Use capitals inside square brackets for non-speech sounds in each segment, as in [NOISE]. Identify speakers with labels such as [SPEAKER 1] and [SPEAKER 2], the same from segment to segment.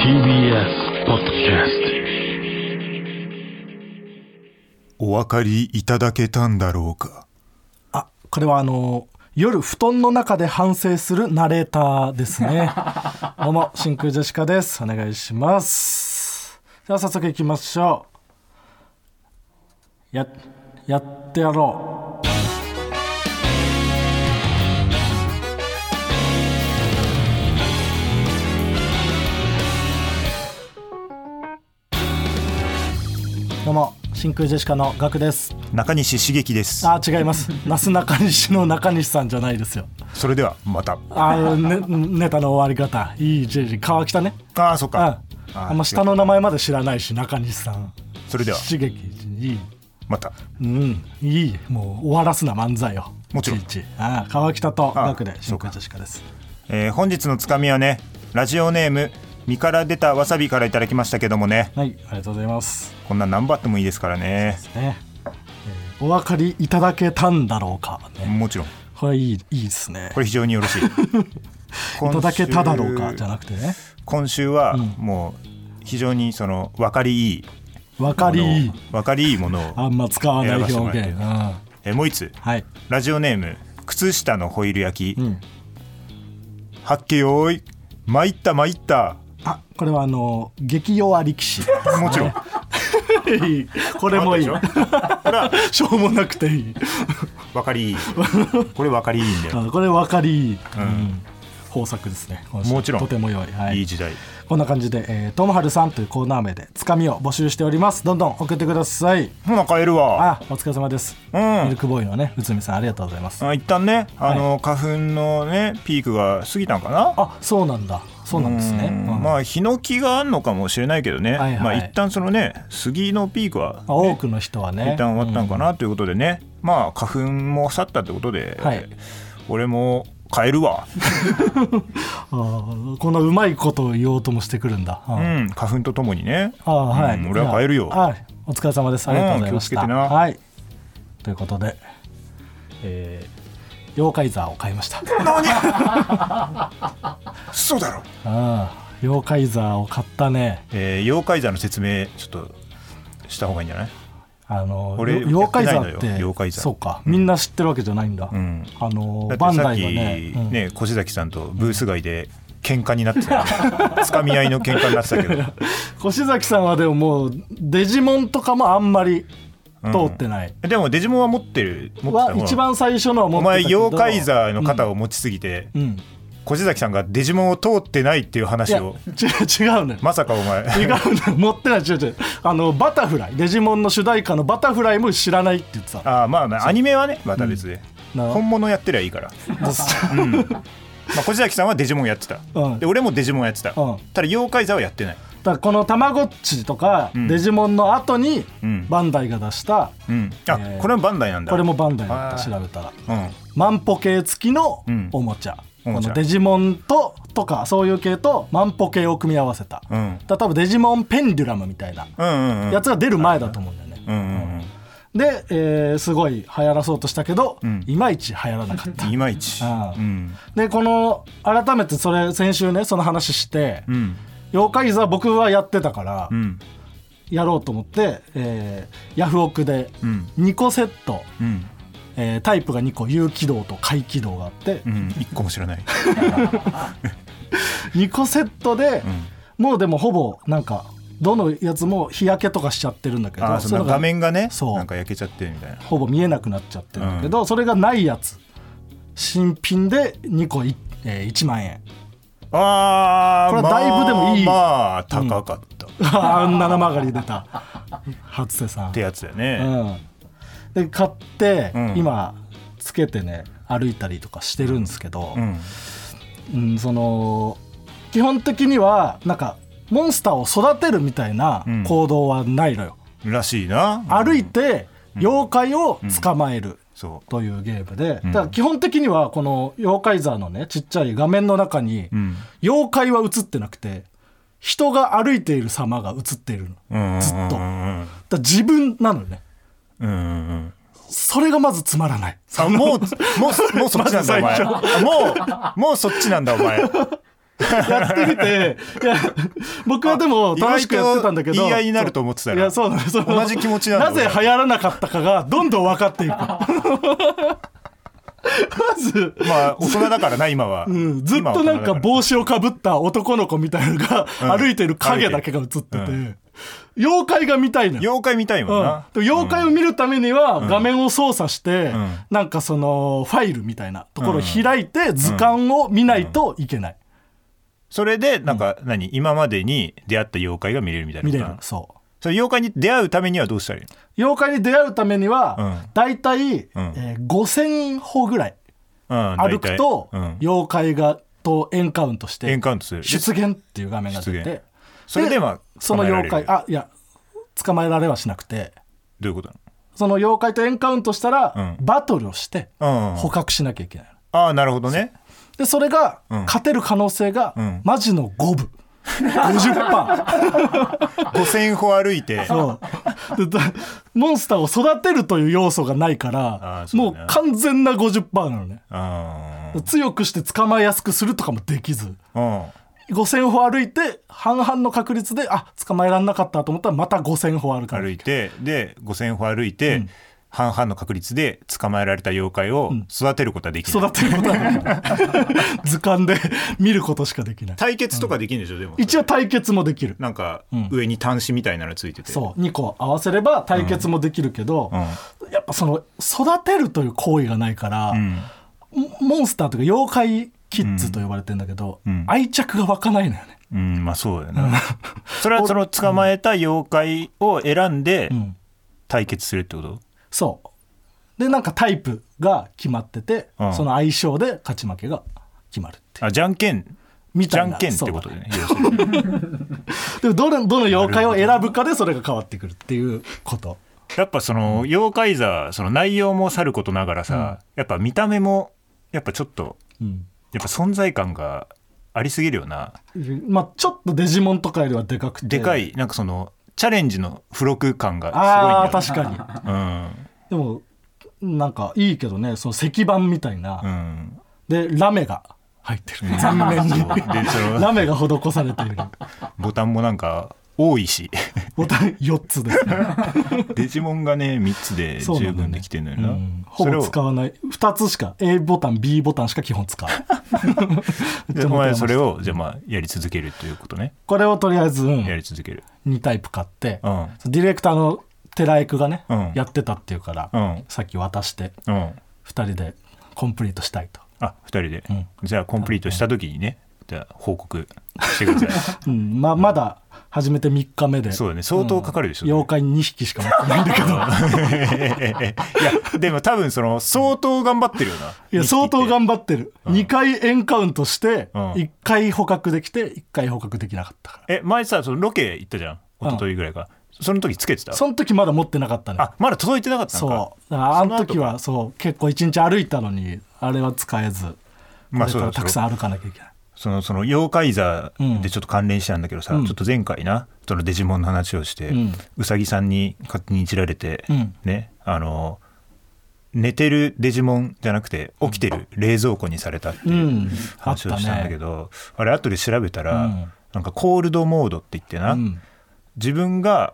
[SPEAKER 1] TBS ポッドキャスト
[SPEAKER 2] お分かりいただけたんだろうか
[SPEAKER 3] あこれはあの夜布団の中で反省するナレーターですねどうも真空ジェシカですお願いしますでは早速いきましょうややってやろうどうも真空ジェシカのガクです
[SPEAKER 2] 中西茂樹です
[SPEAKER 3] あ違
[SPEAKER 2] [LAUGHS]
[SPEAKER 3] いますなすなかにしの中西さんじゃないですよ
[SPEAKER 2] それではまた
[SPEAKER 3] あの、ね、ネタの終わり方いいじじ川北ね
[SPEAKER 2] ああそっ
[SPEAKER 3] うん
[SPEAKER 2] か
[SPEAKER 3] あんま下の名前まで知らないし中西さん
[SPEAKER 2] それでは
[SPEAKER 3] 刺激いい
[SPEAKER 2] また
[SPEAKER 3] うんいいもう終わらすな漫才を
[SPEAKER 2] もちろん
[SPEAKER 3] いちいちああ川北と
[SPEAKER 2] ああ
[SPEAKER 3] 楽で
[SPEAKER 2] そ
[SPEAKER 3] 真
[SPEAKER 2] うか
[SPEAKER 3] 空ジェシカです
[SPEAKER 2] えー本日のつかみはねラジオネーム身から出たわさびからいただきましたけどもね
[SPEAKER 3] はいありがとうございます
[SPEAKER 2] こんな何番あってもいいですからね
[SPEAKER 3] ね、えーお分かりいただけたんだろうか、ね、
[SPEAKER 2] もちろん
[SPEAKER 3] これいいいいですね
[SPEAKER 2] これ非常によろし
[SPEAKER 3] [LAUGHS]
[SPEAKER 2] いい
[SPEAKER 3] いただけただろうかじゃなくてね
[SPEAKER 2] 今週はもう非常にその分かりいい
[SPEAKER 3] 分かりいい
[SPEAKER 2] ものを分かりいいものを
[SPEAKER 3] あんま使わない表現、
[SPEAKER 2] 選ばせて
[SPEAKER 3] うん、
[SPEAKER 2] も
[SPEAKER 3] は
[SPEAKER 2] えーもう一つ
[SPEAKER 3] い
[SPEAKER 2] ラジオネーム靴下のホイル焼き、
[SPEAKER 3] ん
[SPEAKER 2] はっけよーい参った参った
[SPEAKER 3] あこれはあの激弱力士
[SPEAKER 2] もちろん
[SPEAKER 3] いいこれもいい
[SPEAKER 2] わかったでしょこれは
[SPEAKER 3] [LAUGHS] しょうもなくていい
[SPEAKER 2] 分か
[SPEAKER 3] [LAUGHS]
[SPEAKER 2] りいいこれ分かりいいんだよ
[SPEAKER 3] あこれ分かりい
[SPEAKER 2] ん
[SPEAKER 3] い、うん豊作ですね今週
[SPEAKER 2] もちろん
[SPEAKER 3] とても良い、はい
[SPEAKER 2] いい時代
[SPEAKER 3] こんな感じで、えー、ともはるさんというコーナー名でつかみを募集しておりますどんどん送ってください
[SPEAKER 2] ほな帰るわ
[SPEAKER 3] あお疲れ様です、
[SPEAKER 2] うん
[SPEAKER 3] ミルクボーイのね内海さんありがとうございますあ
[SPEAKER 2] あ一旦ねあの、花粉のねピークが過ぎたんかな
[SPEAKER 3] そうなんだそうなんですね、
[SPEAKER 2] うん
[SPEAKER 3] うん
[SPEAKER 2] まあヒノキがあるのかもしれないけどね、
[SPEAKER 3] はいはい
[SPEAKER 2] まあ一旦そのね杉のピークは
[SPEAKER 3] まあ多くの人はね
[SPEAKER 2] 一旦終わったんか
[SPEAKER 3] な、
[SPEAKER 2] なということでね、まあ花粉も去ったってことで、
[SPEAKER 3] はい
[SPEAKER 2] 俺も帰るわ
[SPEAKER 3] うんあーこんなうまいことを言おうともしてくるんだ、うん
[SPEAKER 2] うん、花粉とともにね。
[SPEAKER 3] ああはい、
[SPEAKER 2] うん俺は帰るよ
[SPEAKER 3] じゃあはいお疲れ様ですありがとうございました、
[SPEAKER 2] うん気をつけてな
[SPEAKER 3] はいということで、えー、妖怪ザーを買い
[SPEAKER 2] [LAUGHS]
[SPEAKER 3] ました [LAUGHS]
[SPEAKER 2] そうだろ。
[SPEAKER 3] ああ妖怪ザーを買ったね
[SPEAKER 2] えー、妖怪座の説明ちょっとした方がいいんじゃない？
[SPEAKER 3] あの
[SPEAKER 2] 俺
[SPEAKER 3] よ妖怪ザー
[SPEAKER 2] や
[SPEAKER 3] っ
[SPEAKER 2] ってな
[SPEAKER 3] て
[SPEAKER 2] いのよ妖怪座
[SPEAKER 3] そうかみんな知ってるわけじゃないんだ、
[SPEAKER 2] うん
[SPEAKER 3] あの
[SPEAKER 2] だ
[SPEAKER 3] バ
[SPEAKER 2] って
[SPEAKER 3] ン
[SPEAKER 2] さ
[SPEAKER 3] ダ
[SPEAKER 2] っ
[SPEAKER 3] イ
[SPEAKER 2] き
[SPEAKER 3] が
[SPEAKER 2] ね
[SPEAKER 3] ねうん
[SPEAKER 2] 小瀬崎さんとブース外で喧嘩になってたよ。
[SPEAKER 3] [LAUGHS]
[SPEAKER 2] つかみ合いの喧嘩になってたけど。
[SPEAKER 3] 越崎さんはでももうデジモンとかもあんまり通ってない、
[SPEAKER 2] でもデジモンは持ってる。持って
[SPEAKER 3] は
[SPEAKER 2] たほら
[SPEAKER 3] 一番最初のは持
[SPEAKER 2] お
[SPEAKER 3] ってた
[SPEAKER 2] 前
[SPEAKER 3] けど
[SPEAKER 2] 妖怪座の肩を持ちすぎて、
[SPEAKER 3] うん、うん
[SPEAKER 2] 小瀬崎さんがデジモンを通ってないっていう
[SPEAKER 3] い
[SPEAKER 2] 話
[SPEAKER 3] や違う
[SPEAKER 2] を
[SPEAKER 3] 違うね
[SPEAKER 2] まさかお前
[SPEAKER 3] 違うの持ってない違う違うあのバタフライデジモンの主題歌のバタフライも知らないって言ってた
[SPEAKER 2] あーまあまあアニメはねまた別で、
[SPEAKER 3] うんな
[SPEAKER 2] 本物やってりゃいいから、うんまあ、小崎さんはデジモンやってた、
[SPEAKER 3] うん
[SPEAKER 2] で俺もデジモンやってた、
[SPEAKER 3] うん
[SPEAKER 2] ただ妖怪座はやってない
[SPEAKER 3] だからこのたまごっちとか、デジモンの後に
[SPEAKER 2] うん
[SPEAKER 3] バンダイが出した、
[SPEAKER 2] うんあ、
[SPEAKER 3] えー
[SPEAKER 2] これもバンダイなんだ
[SPEAKER 3] これもバンダイだった
[SPEAKER 2] あー
[SPEAKER 3] 調べたら
[SPEAKER 2] うん
[SPEAKER 3] 万歩計付きの
[SPEAKER 2] うん
[SPEAKER 3] おもちゃ、
[SPEAKER 2] おも
[SPEAKER 3] こ
[SPEAKER 2] ちゃ
[SPEAKER 3] のデジモンととかそういう系と万歩計を組み合わせた、
[SPEAKER 2] うん
[SPEAKER 3] だから多分デジモンペンデュラムみたいな
[SPEAKER 2] うんうんうん
[SPEAKER 3] やつが出る前だと思うんだよね、
[SPEAKER 2] うんうん
[SPEAKER 3] で、えーすごい流行らそうとしたけど、
[SPEAKER 2] ん
[SPEAKER 3] いまいち流行らなかった
[SPEAKER 2] うんいまいち
[SPEAKER 3] あー
[SPEAKER 2] うん
[SPEAKER 3] でこの改めてそれ先週ねその話して
[SPEAKER 2] う、ん
[SPEAKER 3] 妖怪座僕はやってたから、
[SPEAKER 2] うん
[SPEAKER 3] やろうと思って、えーヤフオクで
[SPEAKER 2] うん
[SPEAKER 3] 2個セット、
[SPEAKER 2] うん
[SPEAKER 3] えータイプが2個有機動と怪機動があって、
[SPEAKER 2] うん一個も知ら
[SPEAKER 3] [LAUGHS]
[SPEAKER 2] ない
[SPEAKER 3] 2個セットで、もうでもほぼなんかどのやつも日焼けとかしちゃってるんだけど
[SPEAKER 2] あーそ
[SPEAKER 3] そうい
[SPEAKER 2] の
[SPEAKER 3] うのが
[SPEAKER 2] 画面がね
[SPEAKER 3] そう
[SPEAKER 2] なんか焼けちゃってるみたいな
[SPEAKER 3] ほぼ見えなくなっちゃってるんだけど、それがないやつ新品で2個い、えー1万円 [LAUGHS]
[SPEAKER 2] あー
[SPEAKER 3] これはだいぶでもいい
[SPEAKER 2] まあまあ高かったっ
[SPEAKER 3] あんな曲がり出た初瀬さん
[SPEAKER 2] てやつだよね
[SPEAKER 3] うん、で買って、
[SPEAKER 2] うん
[SPEAKER 3] 今つけてね歩いたりとかしてるんですけど、
[SPEAKER 2] うん
[SPEAKER 3] うんその基本的にはなんかモンスターを育てるみたいな
[SPEAKER 2] うん
[SPEAKER 3] 行動はないのよ、
[SPEAKER 2] らしいな
[SPEAKER 3] 歩いて妖怪を捕まえる
[SPEAKER 2] そ
[SPEAKER 3] というゲームで、
[SPEAKER 2] うん
[SPEAKER 3] だから基本的にはこの妖怪座のねちっちゃい画面の中に、
[SPEAKER 2] ううん
[SPEAKER 3] 妖怪は映ってなくて人が歩いている様が映っているのだか
[SPEAKER 2] ず
[SPEAKER 3] ずっと
[SPEAKER 2] うん
[SPEAKER 3] ら自分なのよね
[SPEAKER 2] うんうん
[SPEAKER 3] それがまずつまらない
[SPEAKER 2] あもうもうもうそっちなんだお前
[SPEAKER 3] [LAUGHS] まず最
[SPEAKER 2] あもうもうそっちなんだお前
[SPEAKER 3] やってみ
[SPEAKER 2] [LAUGHS]
[SPEAKER 3] ていや僕はでも楽しくやってたんだけど
[SPEAKER 2] 意外と言い合いになると思ってたら
[SPEAKER 3] いやそうなんです
[SPEAKER 2] 同じ気持ちなんだ
[SPEAKER 3] なぜ流行らなかったかがどんどん分かっていく [LAUGHS] まず
[SPEAKER 2] まあ大人だからな今は、
[SPEAKER 3] うんずっとなんか帽子をかぶった男の子みたいなのが
[SPEAKER 2] うん
[SPEAKER 3] 歩いてる影だけが映ってて、
[SPEAKER 2] う
[SPEAKER 3] 妖怪が見たいな
[SPEAKER 2] 妖怪みたいもんな、
[SPEAKER 3] うん、でも妖怪を見るためには画面を操作して、
[SPEAKER 2] ん
[SPEAKER 3] なんかそのファイルみたいなところを開いて図鑑を見ないといけない、
[SPEAKER 2] それでなんか何、今までに出会った妖怪が見れるみたいな
[SPEAKER 3] 見
[SPEAKER 2] こと
[SPEAKER 3] れ
[SPEAKER 2] な
[SPEAKER 3] るそう
[SPEAKER 2] それ妖怪に出会うためにはどうしたらいいの
[SPEAKER 3] 妖怪に出会うためには、
[SPEAKER 2] うん
[SPEAKER 3] だいたい、え
[SPEAKER 2] ん
[SPEAKER 3] ー5,000歩ぐらい
[SPEAKER 2] うん大
[SPEAKER 3] 歩
[SPEAKER 2] 体
[SPEAKER 3] くと、
[SPEAKER 2] うん
[SPEAKER 3] 妖怪がとエンカウントして
[SPEAKER 2] エンカウントする
[SPEAKER 3] 出現っていう画面が出
[SPEAKER 2] 出現
[SPEAKER 3] て
[SPEAKER 2] それでまあ
[SPEAKER 3] その
[SPEAKER 2] 捕まえら
[SPEAKER 3] 妖
[SPEAKER 2] れる
[SPEAKER 3] 怪あいや捕まえられはしなくて
[SPEAKER 2] どういうことな
[SPEAKER 3] その妖怪とエンカウントしたら、
[SPEAKER 2] うん
[SPEAKER 3] バトルをして、
[SPEAKER 2] の、うん、
[SPEAKER 3] 捕獲しなきゃいけないの
[SPEAKER 2] ああなるほどね
[SPEAKER 3] でそれが、
[SPEAKER 2] うん
[SPEAKER 3] 勝てる可能性が、
[SPEAKER 2] ん
[SPEAKER 3] マジの五分
[SPEAKER 2] [LAUGHS]
[SPEAKER 3] 50%
[SPEAKER 2] 5000歩歩いて
[SPEAKER 3] そうでだモンスターを育てるという要素がないから
[SPEAKER 2] あーそう
[SPEAKER 3] も
[SPEAKER 2] だね
[SPEAKER 3] う完全な50%なのね
[SPEAKER 2] うん
[SPEAKER 3] 強くして捕まえやすくするとかもできず
[SPEAKER 2] うん
[SPEAKER 3] 5,000歩歩いて半々の確率であ捕まえられなかったと思ったらまた5,000歩歩かな
[SPEAKER 2] 歩いてで5000歩歩いて、半々の確率で捕まえられた妖怪を育てることはできない、
[SPEAKER 3] 育てることはできない [LAUGHS] 図鑑で見ることしかできない
[SPEAKER 2] 対決とかできるんでしょ、でも
[SPEAKER 3] 一応対決もできる
[SPEAKER 2] なんか上に端子みたいなのついてて、
[SPEAKER 3] そう2個合わせれば対決もできるけど、やっぱその育てるという行為がないから、モモンスターというか妖怪キッズと呼ばれてんだけど、愛着が湧かないのよね
[SPEAKER 2] うんまあそうだよな [LAUGHS] それはその捕まえた妖怪を選んで
[SPEAKER 3] ん
[SPEAKER 2] 対決するってこと
[SPEAKER 3] そうでなんかタイプが決まってて、
[SPEAKER 2] うん
[SPEAKER 3] その相性で勝ち負けが決まるっていう
[SPEAKER 2] あじゃんけん
[SPEAKER 3] み
[SPEAKER 2] じ
[SPEAKER 3] た
[SPEAKER 2] ゃ
[SPEAKER 3] い
[SPEAKER 2] ん
[SPEAKER 3] な
[SPEAKER 2] けんってこと
[SPEAKER 3] そう
[SPEAKER 2] だよね要するに
[SPEAKER 3] でもどれどの妖怪を選ぶかでそれが変わってくるっていうこと
[SPEAKER 2] やっぱその妖怪座その内容もさることながらさ、やっぱ見た目もやっぱちょっと
[SPEAKER 3] うん
[SPEAKER 2] やっぱ存在感がありすぎるよな
[SPEAKER 3] まあちょっとデジモンとかよりはでかくて
[SPEAKER 2] でかいなんかそのチャレンジの付録感が
[SPEAKER 3] ああ
[SPEAKER 2] す
[SPEAKER 3] 確かに
[SPEAKER 2] ごいんだよね
[SPEAKER 3] でもなんかいいけどねその石板みたいな、
[SPEAKER 2] うんうん
[SPEAKER 3] でラメが入ってる
[SPEAKER 2] [LAUGHS]
[SPEAKER 3] 残念に
[SPEAKER 2] でその
[SPEAKER 3] [LAUGHS] ラメが施されている
[SPEAKER 2] ボタンもなんか多いし
[SPEAKER 3] ボタン4つですね
[SPEAKER 2] デジモンがね3つで
[SPEAKER 3] そうな
[SPEAKER 2] 十
[SPEAKER 3] んだよ
[SPEAKER 2] 分
[SPEAKER 3] ね
[SPEAKER 2] できてるのよな、
[SPEAKER 3] うんほ
[SPEAKER 2] それ
[SPEAKER 3] ぼ
[SPEAKER 2] を
[SPEAKER 3] 使わない2つしか A ボタン B ボタンしか基本使う
[SPEAKER 2] [LAUGHS] でお前それをじゃあまあやり続けるということね
[SPEAKER 3] これをとりあえず、うん
[SPEAKER 2] やり続ける
[SPEAKER 3] 2タイプ買って、
[SPEAKER 2] うん
[SPEAKER 3] ディレクターの寺井君がね、
[SPEAKER 2] うん
[SPEAKER 3] やってたっていうから、
[SPEAKER 2] うん
[SPEAKER 3] さっき渡して
[SPEAKER 2] うん
[SPEAKER 3] 2人でコンプリートしたいと、
[SPEAKER 2] あ2人で、
[SPEAKER 3] ん
[SPEAKER 2] じゃあコンプリートした時にねじゃあ報告してくだ
[SPEAKER 3] [LAUGHS]
[SPEAKER 2] さ
[SPEAKER 3] うんまあまだ始めて3日目で
[SPEAKER 2] いそうだね相当かかるでしょ、
[SPEAKER 3] 妖怪2匹しか持ってないん
[SPEAKER 2] [LAUGHS]
[SPEAKER 3] だけど
[SPEAKER 2] いやでも多分その相当頑張ってるよない
[SPEAKER 3] や相当頑張ってる、2回エンカウントして、
[SPEAKER 2] うん
[SPEAKER 3] 1回捕獲できて1回捕獲できなかったから
[SPEAKER 2] え前さそのロケ行ったじゃん一昨日ぐらいか、その時つけてた
[SPEAKER 3] その時まだ持ってなかったね
[SPEAKER 2] あまだ届いてなかった
[SPEAKER 3] そ
[SPEAKER 2] の
[SPEAKER 3] う
[SPEAKER 2] か
[SPEAKER 3] だからあの時
[SPEAKER 2] その後
[SPEAKER 3] は
[SPEAKER 2] か
[SPEAKER 3] そう結構一日歩いたのにあれは使えずこ
[SPEAKER 2] まあ
[SPEAKER 3] れ
[SPEAKER 2] そう
[SPEAKER 3] か
[SPEAKER 2] だ
[SPEAKER 3] らたくさん歩かなきゃいけない、
[SPEAKER 2] そのその妖怪座でちょっと関連してたんだけどさ、
[SPEAKER 3] うん
[SPEAKER 2] ちょっと前回なそのデジモンの話をして、うんさぎさんに勝手にいじられて、
[SPEAKER 3] うん
[SPEAKER 2] ねあの寝てるデジモンじゃなくて起きてる冷蔵庫にされたっていう
[SPEAKER 3] うんあっ
[SPEAKER 2] 話
[SPEAKER 3] た
[SPEAKER 2] をしたんだけ
[SPEAKER 3] ね
[SPEAKER 2] ど、あれ後で調べたら、
[SPEAKER 3] うん
[SPEAKER 2] なんかコールドモードって言ってな、
[SPEAKER 3] うん
[SPEAKER 2] 自分が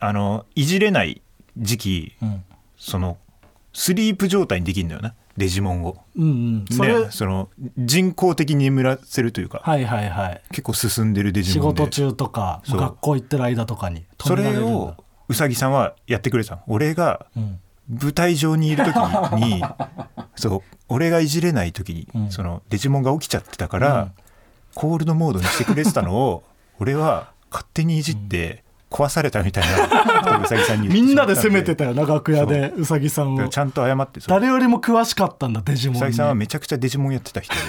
[SPEAKER 2] あのいじれない時期
[SPEAKER 3] うん
[SPEAKER 2] そのスリープ状態にできるんだよなデジモンを。
[SPEAKER 3] うんうんそれ、
[SPEAKER 2] ね、その人工的に眠らせるというか、
[SPEAKER 3] はいはいはい
[SPEAKER 2] 結構進んでるデジ
[SPEAKER 3] 仕
[SPEAKER 2] モンで
[SPEAKER 3] 事中とか
[SPEAKER 2] そう
[SPEAKER 3] 学校行ってる間とかに止
[SPEAKER 2] そ
[SPEAKER 3] めら
[SPEAKER 2] れ
[SPEAKER 3] るんだ
[SPEAKER 2] をうさぎさんはやってくれてたの俺が
[SPEAKER 3] うん
[SPEAKER 2] 舞台上にいる時
[SPEAKER 3] [LAUGHS]
[SPEAKER 2] にそう俺がいじれない時に、
[SPEAKER 3] うん
[SPEAKER 2] そのデジモンが起きちゃってたから、コールドモードにしてくれてたの
[SPEAKER 3] [LAUGHS]
[SPEAKER 2] を俺は勝手にいじって壊されたみたい
[SPEAKER 3] [LAUGHS]
[SPEAKER 2] なことをうさぎさんに言って
[SPEAKER 3] みんな
[SPEAKER 2] しまっ
[SPEAKER 3] で
[SPEAKER 2] た
[SPEAKER 3] 攻めてたよな楽屋でうさぎさ
[SPEAKER 2] だ
[SPEAKER 3] ん
[SPEAKER 2] か
[SPEAKER 3] を
[SPEAKER 2] らちゃんと謝ってそう
[SPEAKER 3] 誰よりも詳しかったんだデジモ
[SPEAKER 2] う
[SPEAKER 3] ン
[SPEAKER 2] さぎさんは
[SPEAKER 3] に
[SPEAKER 2] めちゃくちゃデジモンやってた人で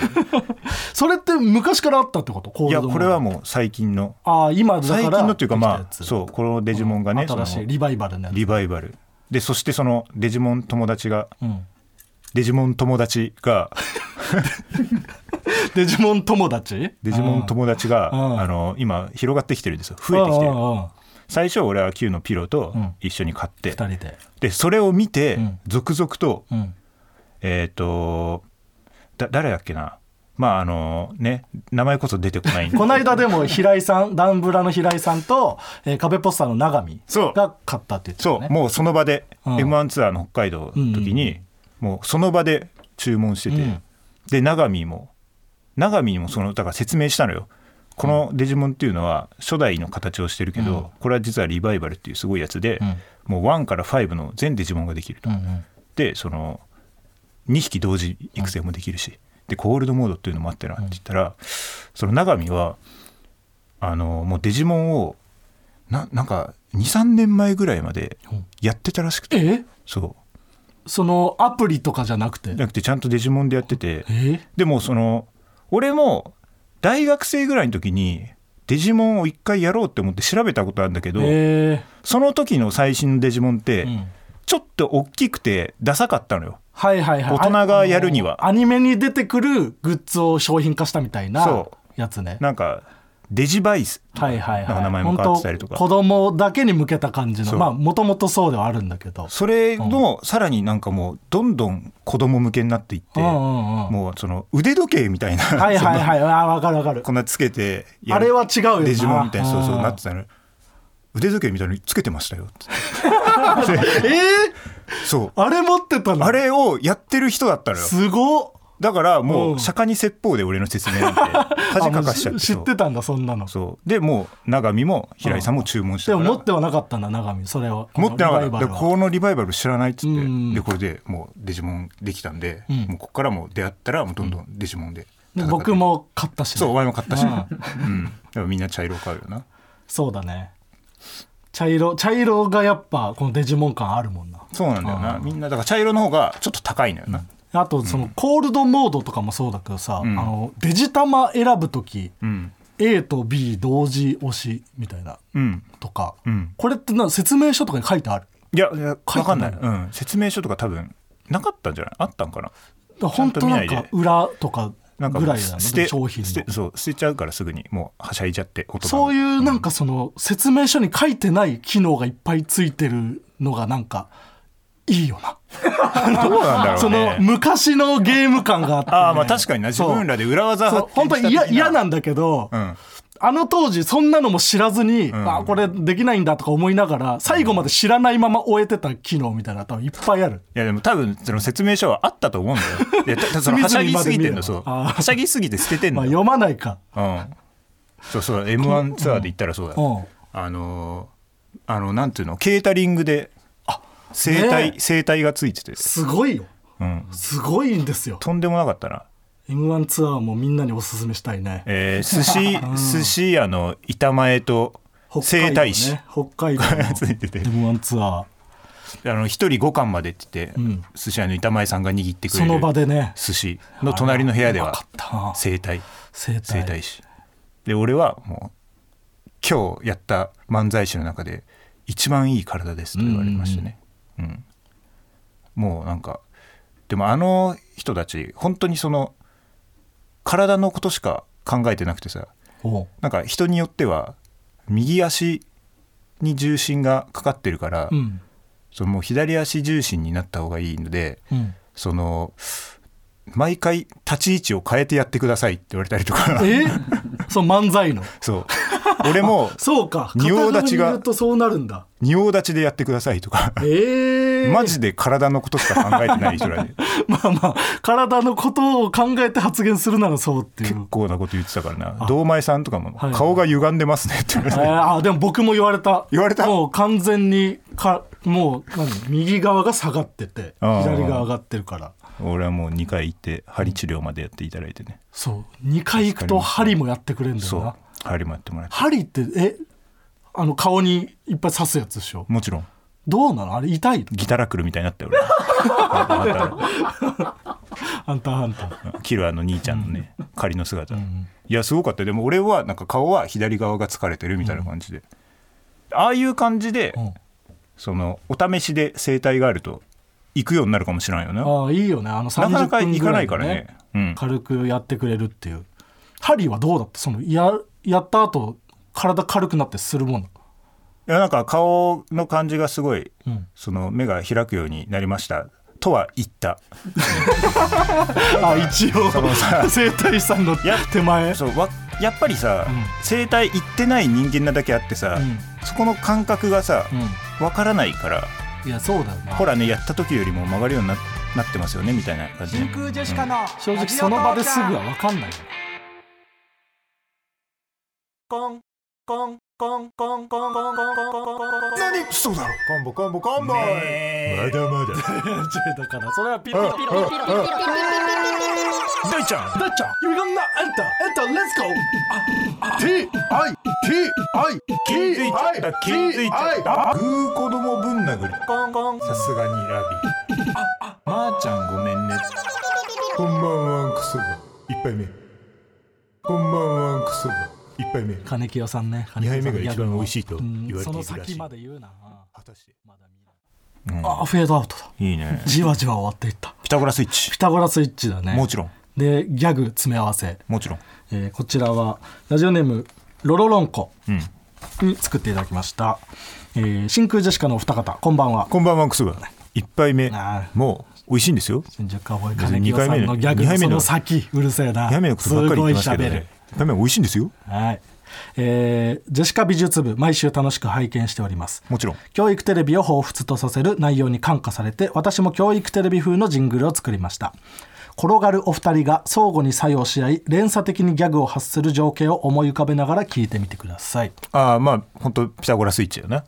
[SPEAKER 3] それって昔からあったってことコー
[SPEAKER 2] い
[SPEAKER 3] ル
[SPEAKER 2] や
[SPEAKER 3] ドモード
[SPEAKER 2] これはもう最近の
[SPEAKER 3] ああ今だから
[SPEAKER 2] 最近のっていうかまあ
[SPEAKER 3] う
[SPEAKER 2] そうこのデジモンがねその
[SPEAKER 3] 新しいリバイバルのやつ
[SPEAKER 2] リバイバルでそしてそのデジモン友達が
[SPEAKER 3] うん
[SPEAKER 2] デジモン友達
[SPEAKER 3] [LAUGHS]
[SPEAKER 2] が
[SPEAKER 3] デジモン友達
[SPEAKER 2] デジモン友達が
[SPEAKER 3] うん
[SPEAKER 2] あの今広がってきてるんですよ増えてきてる
[SPEAKER 3] うんうんうん
[SPEAKER 2] 最初俺は Q のピロと
[SPEAKER 3] うん
[SPEAKER 2] 一緒に買って、
[SPEAKER 3] 二人で、
[SPEAKER 2] でそれを見て
[SPEAKER 3] うん
[SPEAKER 2] 続々と
[SPEAKER 3] うん、
[SPEAKER 2] えっ、とだ誰だっけなまああのね名前こそ出てこないんで
[SPEAKER 3] [LAUGHS] この間でも平井さん [LAUGHS] ダンブラの平井さんと、えー、壁ポスターの永見
[SPEAKER 2] そう
[SPEAKER 3] が勝ったって言ってた
[SPEAKER 2] そ
[SPEAKER 3] よ
[SPEAKER 2] う、
[SPEAKER 3] ね
[SPEAKER 2] もうその場で、
[SPEAKER 3] うん
[SPEAKER 2] m 1ツアーの北海道の時に、もうその場で注文してて、
[SPEAKER 3] うん
[SPEAKER 2] で永見も永見にもそのだから説明したのよこのデジモンっていうのは初代の形をしてるけど、
[SPEAKER 3] うん
[SPEAKER 2] これは実はリバイバルっていうすごいやつで、
[SPEAKER 3] うん
[SPEAKER 2] もう1から5の全デジモンができると、
[SPEAKER 3] うんうん
[SPEAKER 2] でその2匹同時育成もできるし、でコールドモードっていうのもあってなって言ったら、その永見はあのもうデジモンをななんか23年前ぐらいまでやってたらしくて、
[SPEAKER 3] え
[SPEAKER 2] そ
[SPEAKER 3] そのアプリとかじゃなくて
[SPEAKER 2] うじゃなくてちゃんとデジモンでやってて
[SPEAKER 3] え
[SPEAKER 2] でもその俺も大学生ぐらいの時にデジモンを一回やろうって思って調べたことあるんだけど、
[SPEAKER 3] え
[SPEAKER 2] その時の最新のデジモンって、
[SPEAKER 3] ーうん
[SPEAKER 2] ちょっと大きくてダサかったのよ
[SPEAKER 3] はいはいはい
[SPEAKER 2] 大人がやるには
[SPEAKER 3] ああのアニメに出てくるグッズを商品化したみたいな
[SPEAKER 2] そ
[SPEAKER 3] やつね
[SPEAKER 2] なんかデジバイス
[SPEAKER 3] はいは
[SPEAKER 2] な
[SPEAKER 3] い
[SPEAKER 2] ん
[SPEAKER 3] は
[SPEAKER 2] か
[SPEAKER 3] い
[SPEAKER 2] 名前も変わってたりとか
[SPEAKER 3] 本当子供だけに向けた感じの
[SPEAKER 2] そう
[SPEAKER 3] まあもともとそうではあるんだけど
[SPEAKER 2] それのさらになんかもうどんどん子供向けになっていって、
[SPEAKER 3] うんうんうん
[SPEAKER 2] もうその腕時計みたいな、
[SPEAKER 3] はいはいはいあ分かる分かる
[SPEAKER 2] そのこんなつけてや
[SPEAKER 3] あ
[SPEAKER 2] る
[SPEAKER 3] れは違うよな
[SPEAKER 2] デジモンみたいなそうそう
[SPEAKER 3] うん
[SPEAKER 2] なってたの腕時計みたいにつけてました
[SPEAKER 3] [LAUGHS]
[SPEAKER 2] よって
[SPEAKER 3] ええ
[SPEAKER 2] そう
[SPEAKER 3] あれ持ってたの
[SPEAKER 2] あれをやってる人だったのよ
[SPEAKER 3] すごっ
[SPEAKER 2] だからも
[SPEAKER 3] う
[SPEAKER 2] うん釈迦に説法で俺の説明なんて恥かかしちゃっ
[SPEAKER 3] [LAUGHS] あも
[SPEAKER 2] て
[SPEAKER 3] う知ってたんだそんなの
[SPEAKER 2] そうでもう永見も平井さんも注文して
[SPEAKER 3] で
[SPEAKER 2] たか
[SPEAKER 3] も
[SPEAKER 2] ら
[SPEAKER 3] 持ってはなかったんだ永見それを
[SPEAKER 2] 持ってな
[SPEAKER 3] あの
[SPEAKER 2] か
[SPEAKER 3] リ
[SPEAKER 2] った
[SPEAKER 3] バ
[SPEAKER 2] で
[SPEAKER 3] イバルは
[SPEAKER 2] このリバイバル知らないっつって、
[SPEAKER 3] うん
[SPEAKER 2] でこれでもうデジモンできたんで、
[SPEAKER 3] うん
[SPEAKER 2] もうここからもう出会ったらもうどんどんデジモンで
[SPEAKER 3] で
[SPEAKER 2] 戦って
[SPEAKER 3] 僕も買ったしね
[SPEAKER 2] そうお前も買ったし、
[SPEAKER 3] う
[SPEAKER 2] うんん、でもみんな茶色買うよな
[SPEAKER 3] そうだね茶色茶色がやっぱこのデジモン感あるもんな
[SPEAKER 2] そうなんだよなみんなだから茶色の方がちょっと高いのよな、
[SPEAKER 3] あとそのコールドモードとかもそうだけどさ、
[SPEAKER 2] うん
[SPEAKER 3] あのデジタマ選ぶ時
[SPEAKER 2] うん
[SPEAKER 3] A と B 同時押しみたいな
[SPEAKER 2] うん
[SPEAKER 3] とか、
[SPEAKER 2] うん
[SPEAKER 3] これってな説明書とかに書いてある
[SPEAKER 2] いやいや分
[SPEAKER 3] 書いて
[SPEAKER 2] か
[SPEAKER 3] なん
[SPEAKER 2] な
[SPEAKER 3] い
[SPEAKER 2] い、うん、説明書とか多分なかったんじゃないあったんかな
[SPEAKER 3] だから本当なん
[SPEAKER 2] ちゃん
[SPEAKER 3] か
[SPEAKER 2] と
[SPEAKER 3] 裏とか
[SPEAKER 2] なんか
[SPEAKER 3] ぐ
[SPEAKER 2] もう
[SPEAKER 3] らいな
[SPEAKER 2] 捨
[SPEAKER 3] の
[SPEAKER 2] て
[SPEAKER 3] 商品
[SPEAKER 2] 捨て
[SPEAKER 3] の
[SPEAKER 2] そう捨てちゃうからすぐにもうはしゃいじゃって言葉を
[SPEAKER 3] そういうなんかその説明書に書いてない機能がいっぱいついてるのがなんかいいよな
[SPEAKER 2] [LAUGHS] どうなんだろうね
[SPEAKER 3] その昔のゲーム感があって、
[SPEAKER 2] ああまあ確かにな自
[SPEAKER 3] そう
[SPEAKER 2] 分らで裏技
[SPEAKER 3] そう本当に嫌嫌なんだけど、
[SPEAKER 2] うん
[SPEAKER 3] あの当時そんなのも知らずに、
[SPEAKER 2] ん
[SPEAKER 3] あこれできないんだとか思いながら最後まで知らないまま終えてた機能みたいなの多分いっぱいある
[SPEAKER 2] いやでも多分その説明書はあったと思うん
[SPEAKER 3] [LAUGHS]
[SPEAKER 2] だよ。いやたたその
[SPEAKER 3] 隅々
[SPEAKER 2] はしゃぎすぎてん
[SPEAKER 3] まで見れば
[SPEAKER 2] のそう。
[SPEAKER 3] あー
[SPEAKER 2] はしゃぎすぎて捨ててん
[SPEAKER 3] まあ
[SPEAKER 2] のよ。
[SPEAKER 3] 読まないか
[SPEAKER 2] うん。そうそう M1 ツアーで行ったらそうだ
[SPEAKER 3] うん。
[SPEAKER 2] あのーあのなんていうのケータリングで生体
[SPEAKER 3] ね
[SPEAKER 2] 生体がついてて、
[SPEAKER 3] すごいよ
[SPEAKER 2] うん。
[SPEAKER 3] すごいんですよ
[SPEAKER 2] とんでもなかったな。
[SPEAKER 3] m 1ツアーもみんなにおすすめしたいね
[SPEAKER 2] えー、寿司寿司屋の板前と生体師、
[SPEAKER 3] 北海道,、
[SPEAKER 2] [LAUGHS]
[SPEAKER 3] ね、
[SPEAKER 2] つ
[SPEAKER 3] 北
[SPEAKER 2] い
[SPEAKER 3] 海
[SPEAKER 2] てて
[SPEAKER 3] 道の m 1ツアー
[SPEAKER 2] あの一人五巻までって言って、
[SPEAKER 3] うん
[SPEAKER 2] 寿司屋の板前さんが握ってく
[SPEAKER 3] そ
[SPEAKER 2] れる
[SPEAKER 3] の場でね
[SPEAKER 2] 寿司の隣の部屋で
[SPEAKER 3] うま
[SPEAKER 2] は
[SPEAKER 3] かったな
[SPEAKER 2] 生体。
[SPEAKER 3] 生体
[SPEAKER 2] 整体師で俺はもう今日やった漫才師の中で一番いい体ですと言われましたね、うんもうなんかでもあの人たち本当にその体のことしか考えてなくてさ
[SPEAKER 3] おう
[SPEAKER 2] なんか人によっては右足に重心がかかってるから、
[SPEAKER 3] うん
[SPEAKER 2] そのもう左足重心になった方がいいので
[SPEAKER 3] うん
[SPEAKER 2] その毎回立ち位置を変えてやってくださいって言われたりとか
[SPEAKER 3] え [LAUGHS] そう漫才の
[SPEAKER 2] そう俺も
[SPEAKER 3] そうか
[SPEAKER 2] 仁王立ちが
[SPEAKER 3] 片側にいるとそうなるんだ
[SPEAKER 2] 仁王立ちでやってくださいとか
[SPEAKER 3] ええ
[SPEAKER 2] マジで体のことしか考えてない人
[SPEAKER 3] [LAUGHS]
[SPEAKER 2] らで
[SPEAKER 3] まあまあ体のことを考えて発言するならそうってい
[SPEAKER 2] 結
[SPEAKER 3] う、
[SPEAKER 2] 構なこと言ってたからな堂前さんとかも
[SPEAKER 3] はい
[SPEAKER 2] 顔が歪んでますねって言わ
[SPEAKER 3] え
[SPEAKER 2] れて、
[SPEAKER 3] ー、あでも僕も言われた
[SPEAKER 2] 言われた
[SPEAKER 3] もう完全にかもう何右側が下がってて
[SPEAKER 2] あー
[SPEAKER 3] 左が上がってるから
[SPEAKER 2] 俺はもう2回行って針治療までやっていただいてね
[SPEAKER 3] そう2回行くと針もやってくれるんだ
[SPEAKER 2] そ
[SPEAKER 3] よ
[SPEAKER 2] う
[SPEAKER 3] な
[SPEAKER 2] 針もやってもらって
[SPEAKER 3] 針ってえあの顔にいっぱい刺すやつでしょ
[SPEAKER 2] もちろん
[SPEAKER 3] どうなのあれ痛いの
[SPEAKER 2] ギタラクルみたいになったよ
[SPEAKER 3] [LAUGHS]
[SPEAKER 2] 俺ま
[SPEAKER 3] ハンターハンター
[SPEAKER 2] たキルアの兄ちゃんのね仮の姿、いやすごかったよでも俺はなんか顔は左側が疲れてるみたいな感じで、ああいう感じで、
[SPEAKER 3] うん
[SPEAKER 2] そのお試しで整体があると行くようになるかもしれないよな
[SPEAKER 3] ああいいよねあの
[SPEAKER 2] なかな
[SPEAKER 3] 30
[SPEAKER 2] か
[SPEAKER 3] 分
[SPEAKER 2] 行
[SPEAKER 3] ぐ
[SPEAKER 2] からないい
[SPEAKER 3] で
[SPEAKER 2] からね。うん、
[SPEAKER 3] 軽くやってくれるっていうハリーはどうだったそのややった後体軽くなってするもん
[SPEAKER 2] いやなんか顔の感じがすごい、
[SPEAKER 3] うん
[SPEAKER 2] その目が開くようになりましたとは言った
[SPEAKER 3] あ一応
[SPEAKER 2] そのさ
[SPEAKER 3] 整体師さんの
[SPEAKER 2] や
[SPEAKER 3] 手前
[SPEAKER 2] そうわやっぱりさ、
[SPEAKER 3] うん
[SPEAKER 2] 生体行ってない人間なだけあってさ、
[SPEAKER 3] うん
[SPEAKER 2] そこの感覚がさ
[SPEAKER 3] う
[SPEAKER 2] わからないから
[SPEAKER 3] んいやそうだよな
[SPEAKER 2] ほらねやった時よりも曲がるようにななってますよねみたいな感じで
[SPEAKER 4] 真空ジェシカの
[SPEAKER 3] 正直その場ですぐは分かんないよ
[SPEAKER 4] コンコンコンコンコンコンコンコンコンコンコンコン
[SPEAKER 2] 何そうだろコンボコンボコンボ、まだまだ
[SPEAKER 3] いやだからそれはピロピロピロピロピロ
[SPEAKER 2] 大ちゃん
[SPEAKER 3] だっちゃん You gonna enter enter let's go
[SPEAKER 5] T-I-T-I
[SPEAKER 2] 気づいちゃった気づいちゃったグー子供ぶん殴り
[SPEAKER 4] コンコン
[SPEAKER 2] さすがにラビまー、ちゃんごめんね
[SPEAKER 5] こんばんはクソが一杯目こんばんはクソが一杯目
[SPEAKER 3] 金清さんね
[SPEAKER 5] 二杯目が一番美味しいと
[SPEAKER 3] う
[SPEAKER 5] 言わ
[SPEAKER 3] ん
[SPEAKER 5] れて
[SPEAKER 3] そ
[SPEAKER 5] いる
[SPEAKER 3] の
[SPEAKER 5] らしい
[SPEAKER 3] 先まで言うな
[SPEAKER 5] 果たして
[SPEAKER 3] まだ見ない
[SPEAKER 2] うん
[SPEAKER 3] あフェードアウトだ
[SPEAKER 2] いいね
[SPEAKER 3] じわじわ終わっていった
[SPEAKER 2] ピタゴラスイッチ
[SPEAKER 3] ピタゴラスイッチだね
[SPEAKER 2] もちろん
[SPEAKER 3] でギャグ詰め合わせ、
[SPEAKER 2] もちろん
[SPEAKER 3] えーこちらはラジオネームロロロンコ
[SPEAKER 2] うん
[SPEAKER 3] に作っていただきました、えー真空ジェシカのお二方こんばんは
[SPEAKER 2] こんばんはクソが一杯目
[SPEAKER 3] あー
[SPEAKER 2] もう美味しいんですよ
[SPEAKER 3] 若干覚え
[SPEAKER 2] 別
[SPEAKER 3] 金
[SPEAKER 2] に
[SPEAKER 3] 清さんの
[SPEAKER 2] 二回目
[SPEAKER 3] ギャグ
[SPEAKER 2] 二回目の
[SPEAKER 3] その先うるせえな
[SPEAKER 2] 二杯目のことばっかり言ってましたけど
[SPEAKER 3] すご
[SPEAKER 2] ね
[SPEAKER 3] い喋る
[SPEAKER 2] 一杯目は美味しいんですよ
[SPEAKER 3] はい、えージェシカ美術部毎週楽しく拝見しております
[SPEAKER 2] もちろん
[SPEAKER 3] 教育テレビを彷彿とさせる内容に感化されて私も教育テレビ風のジングルを作りました転がるお二人が相互に作用し合い連鎖的にギャグを発する情景を思い浮かべながら聞いてみてくだ
[SPEAKER 2] [LAUGHS]
[SPEAKER 3] さい
[SPEAKER 2] ああまあ本当ピタゴラスイッチだな、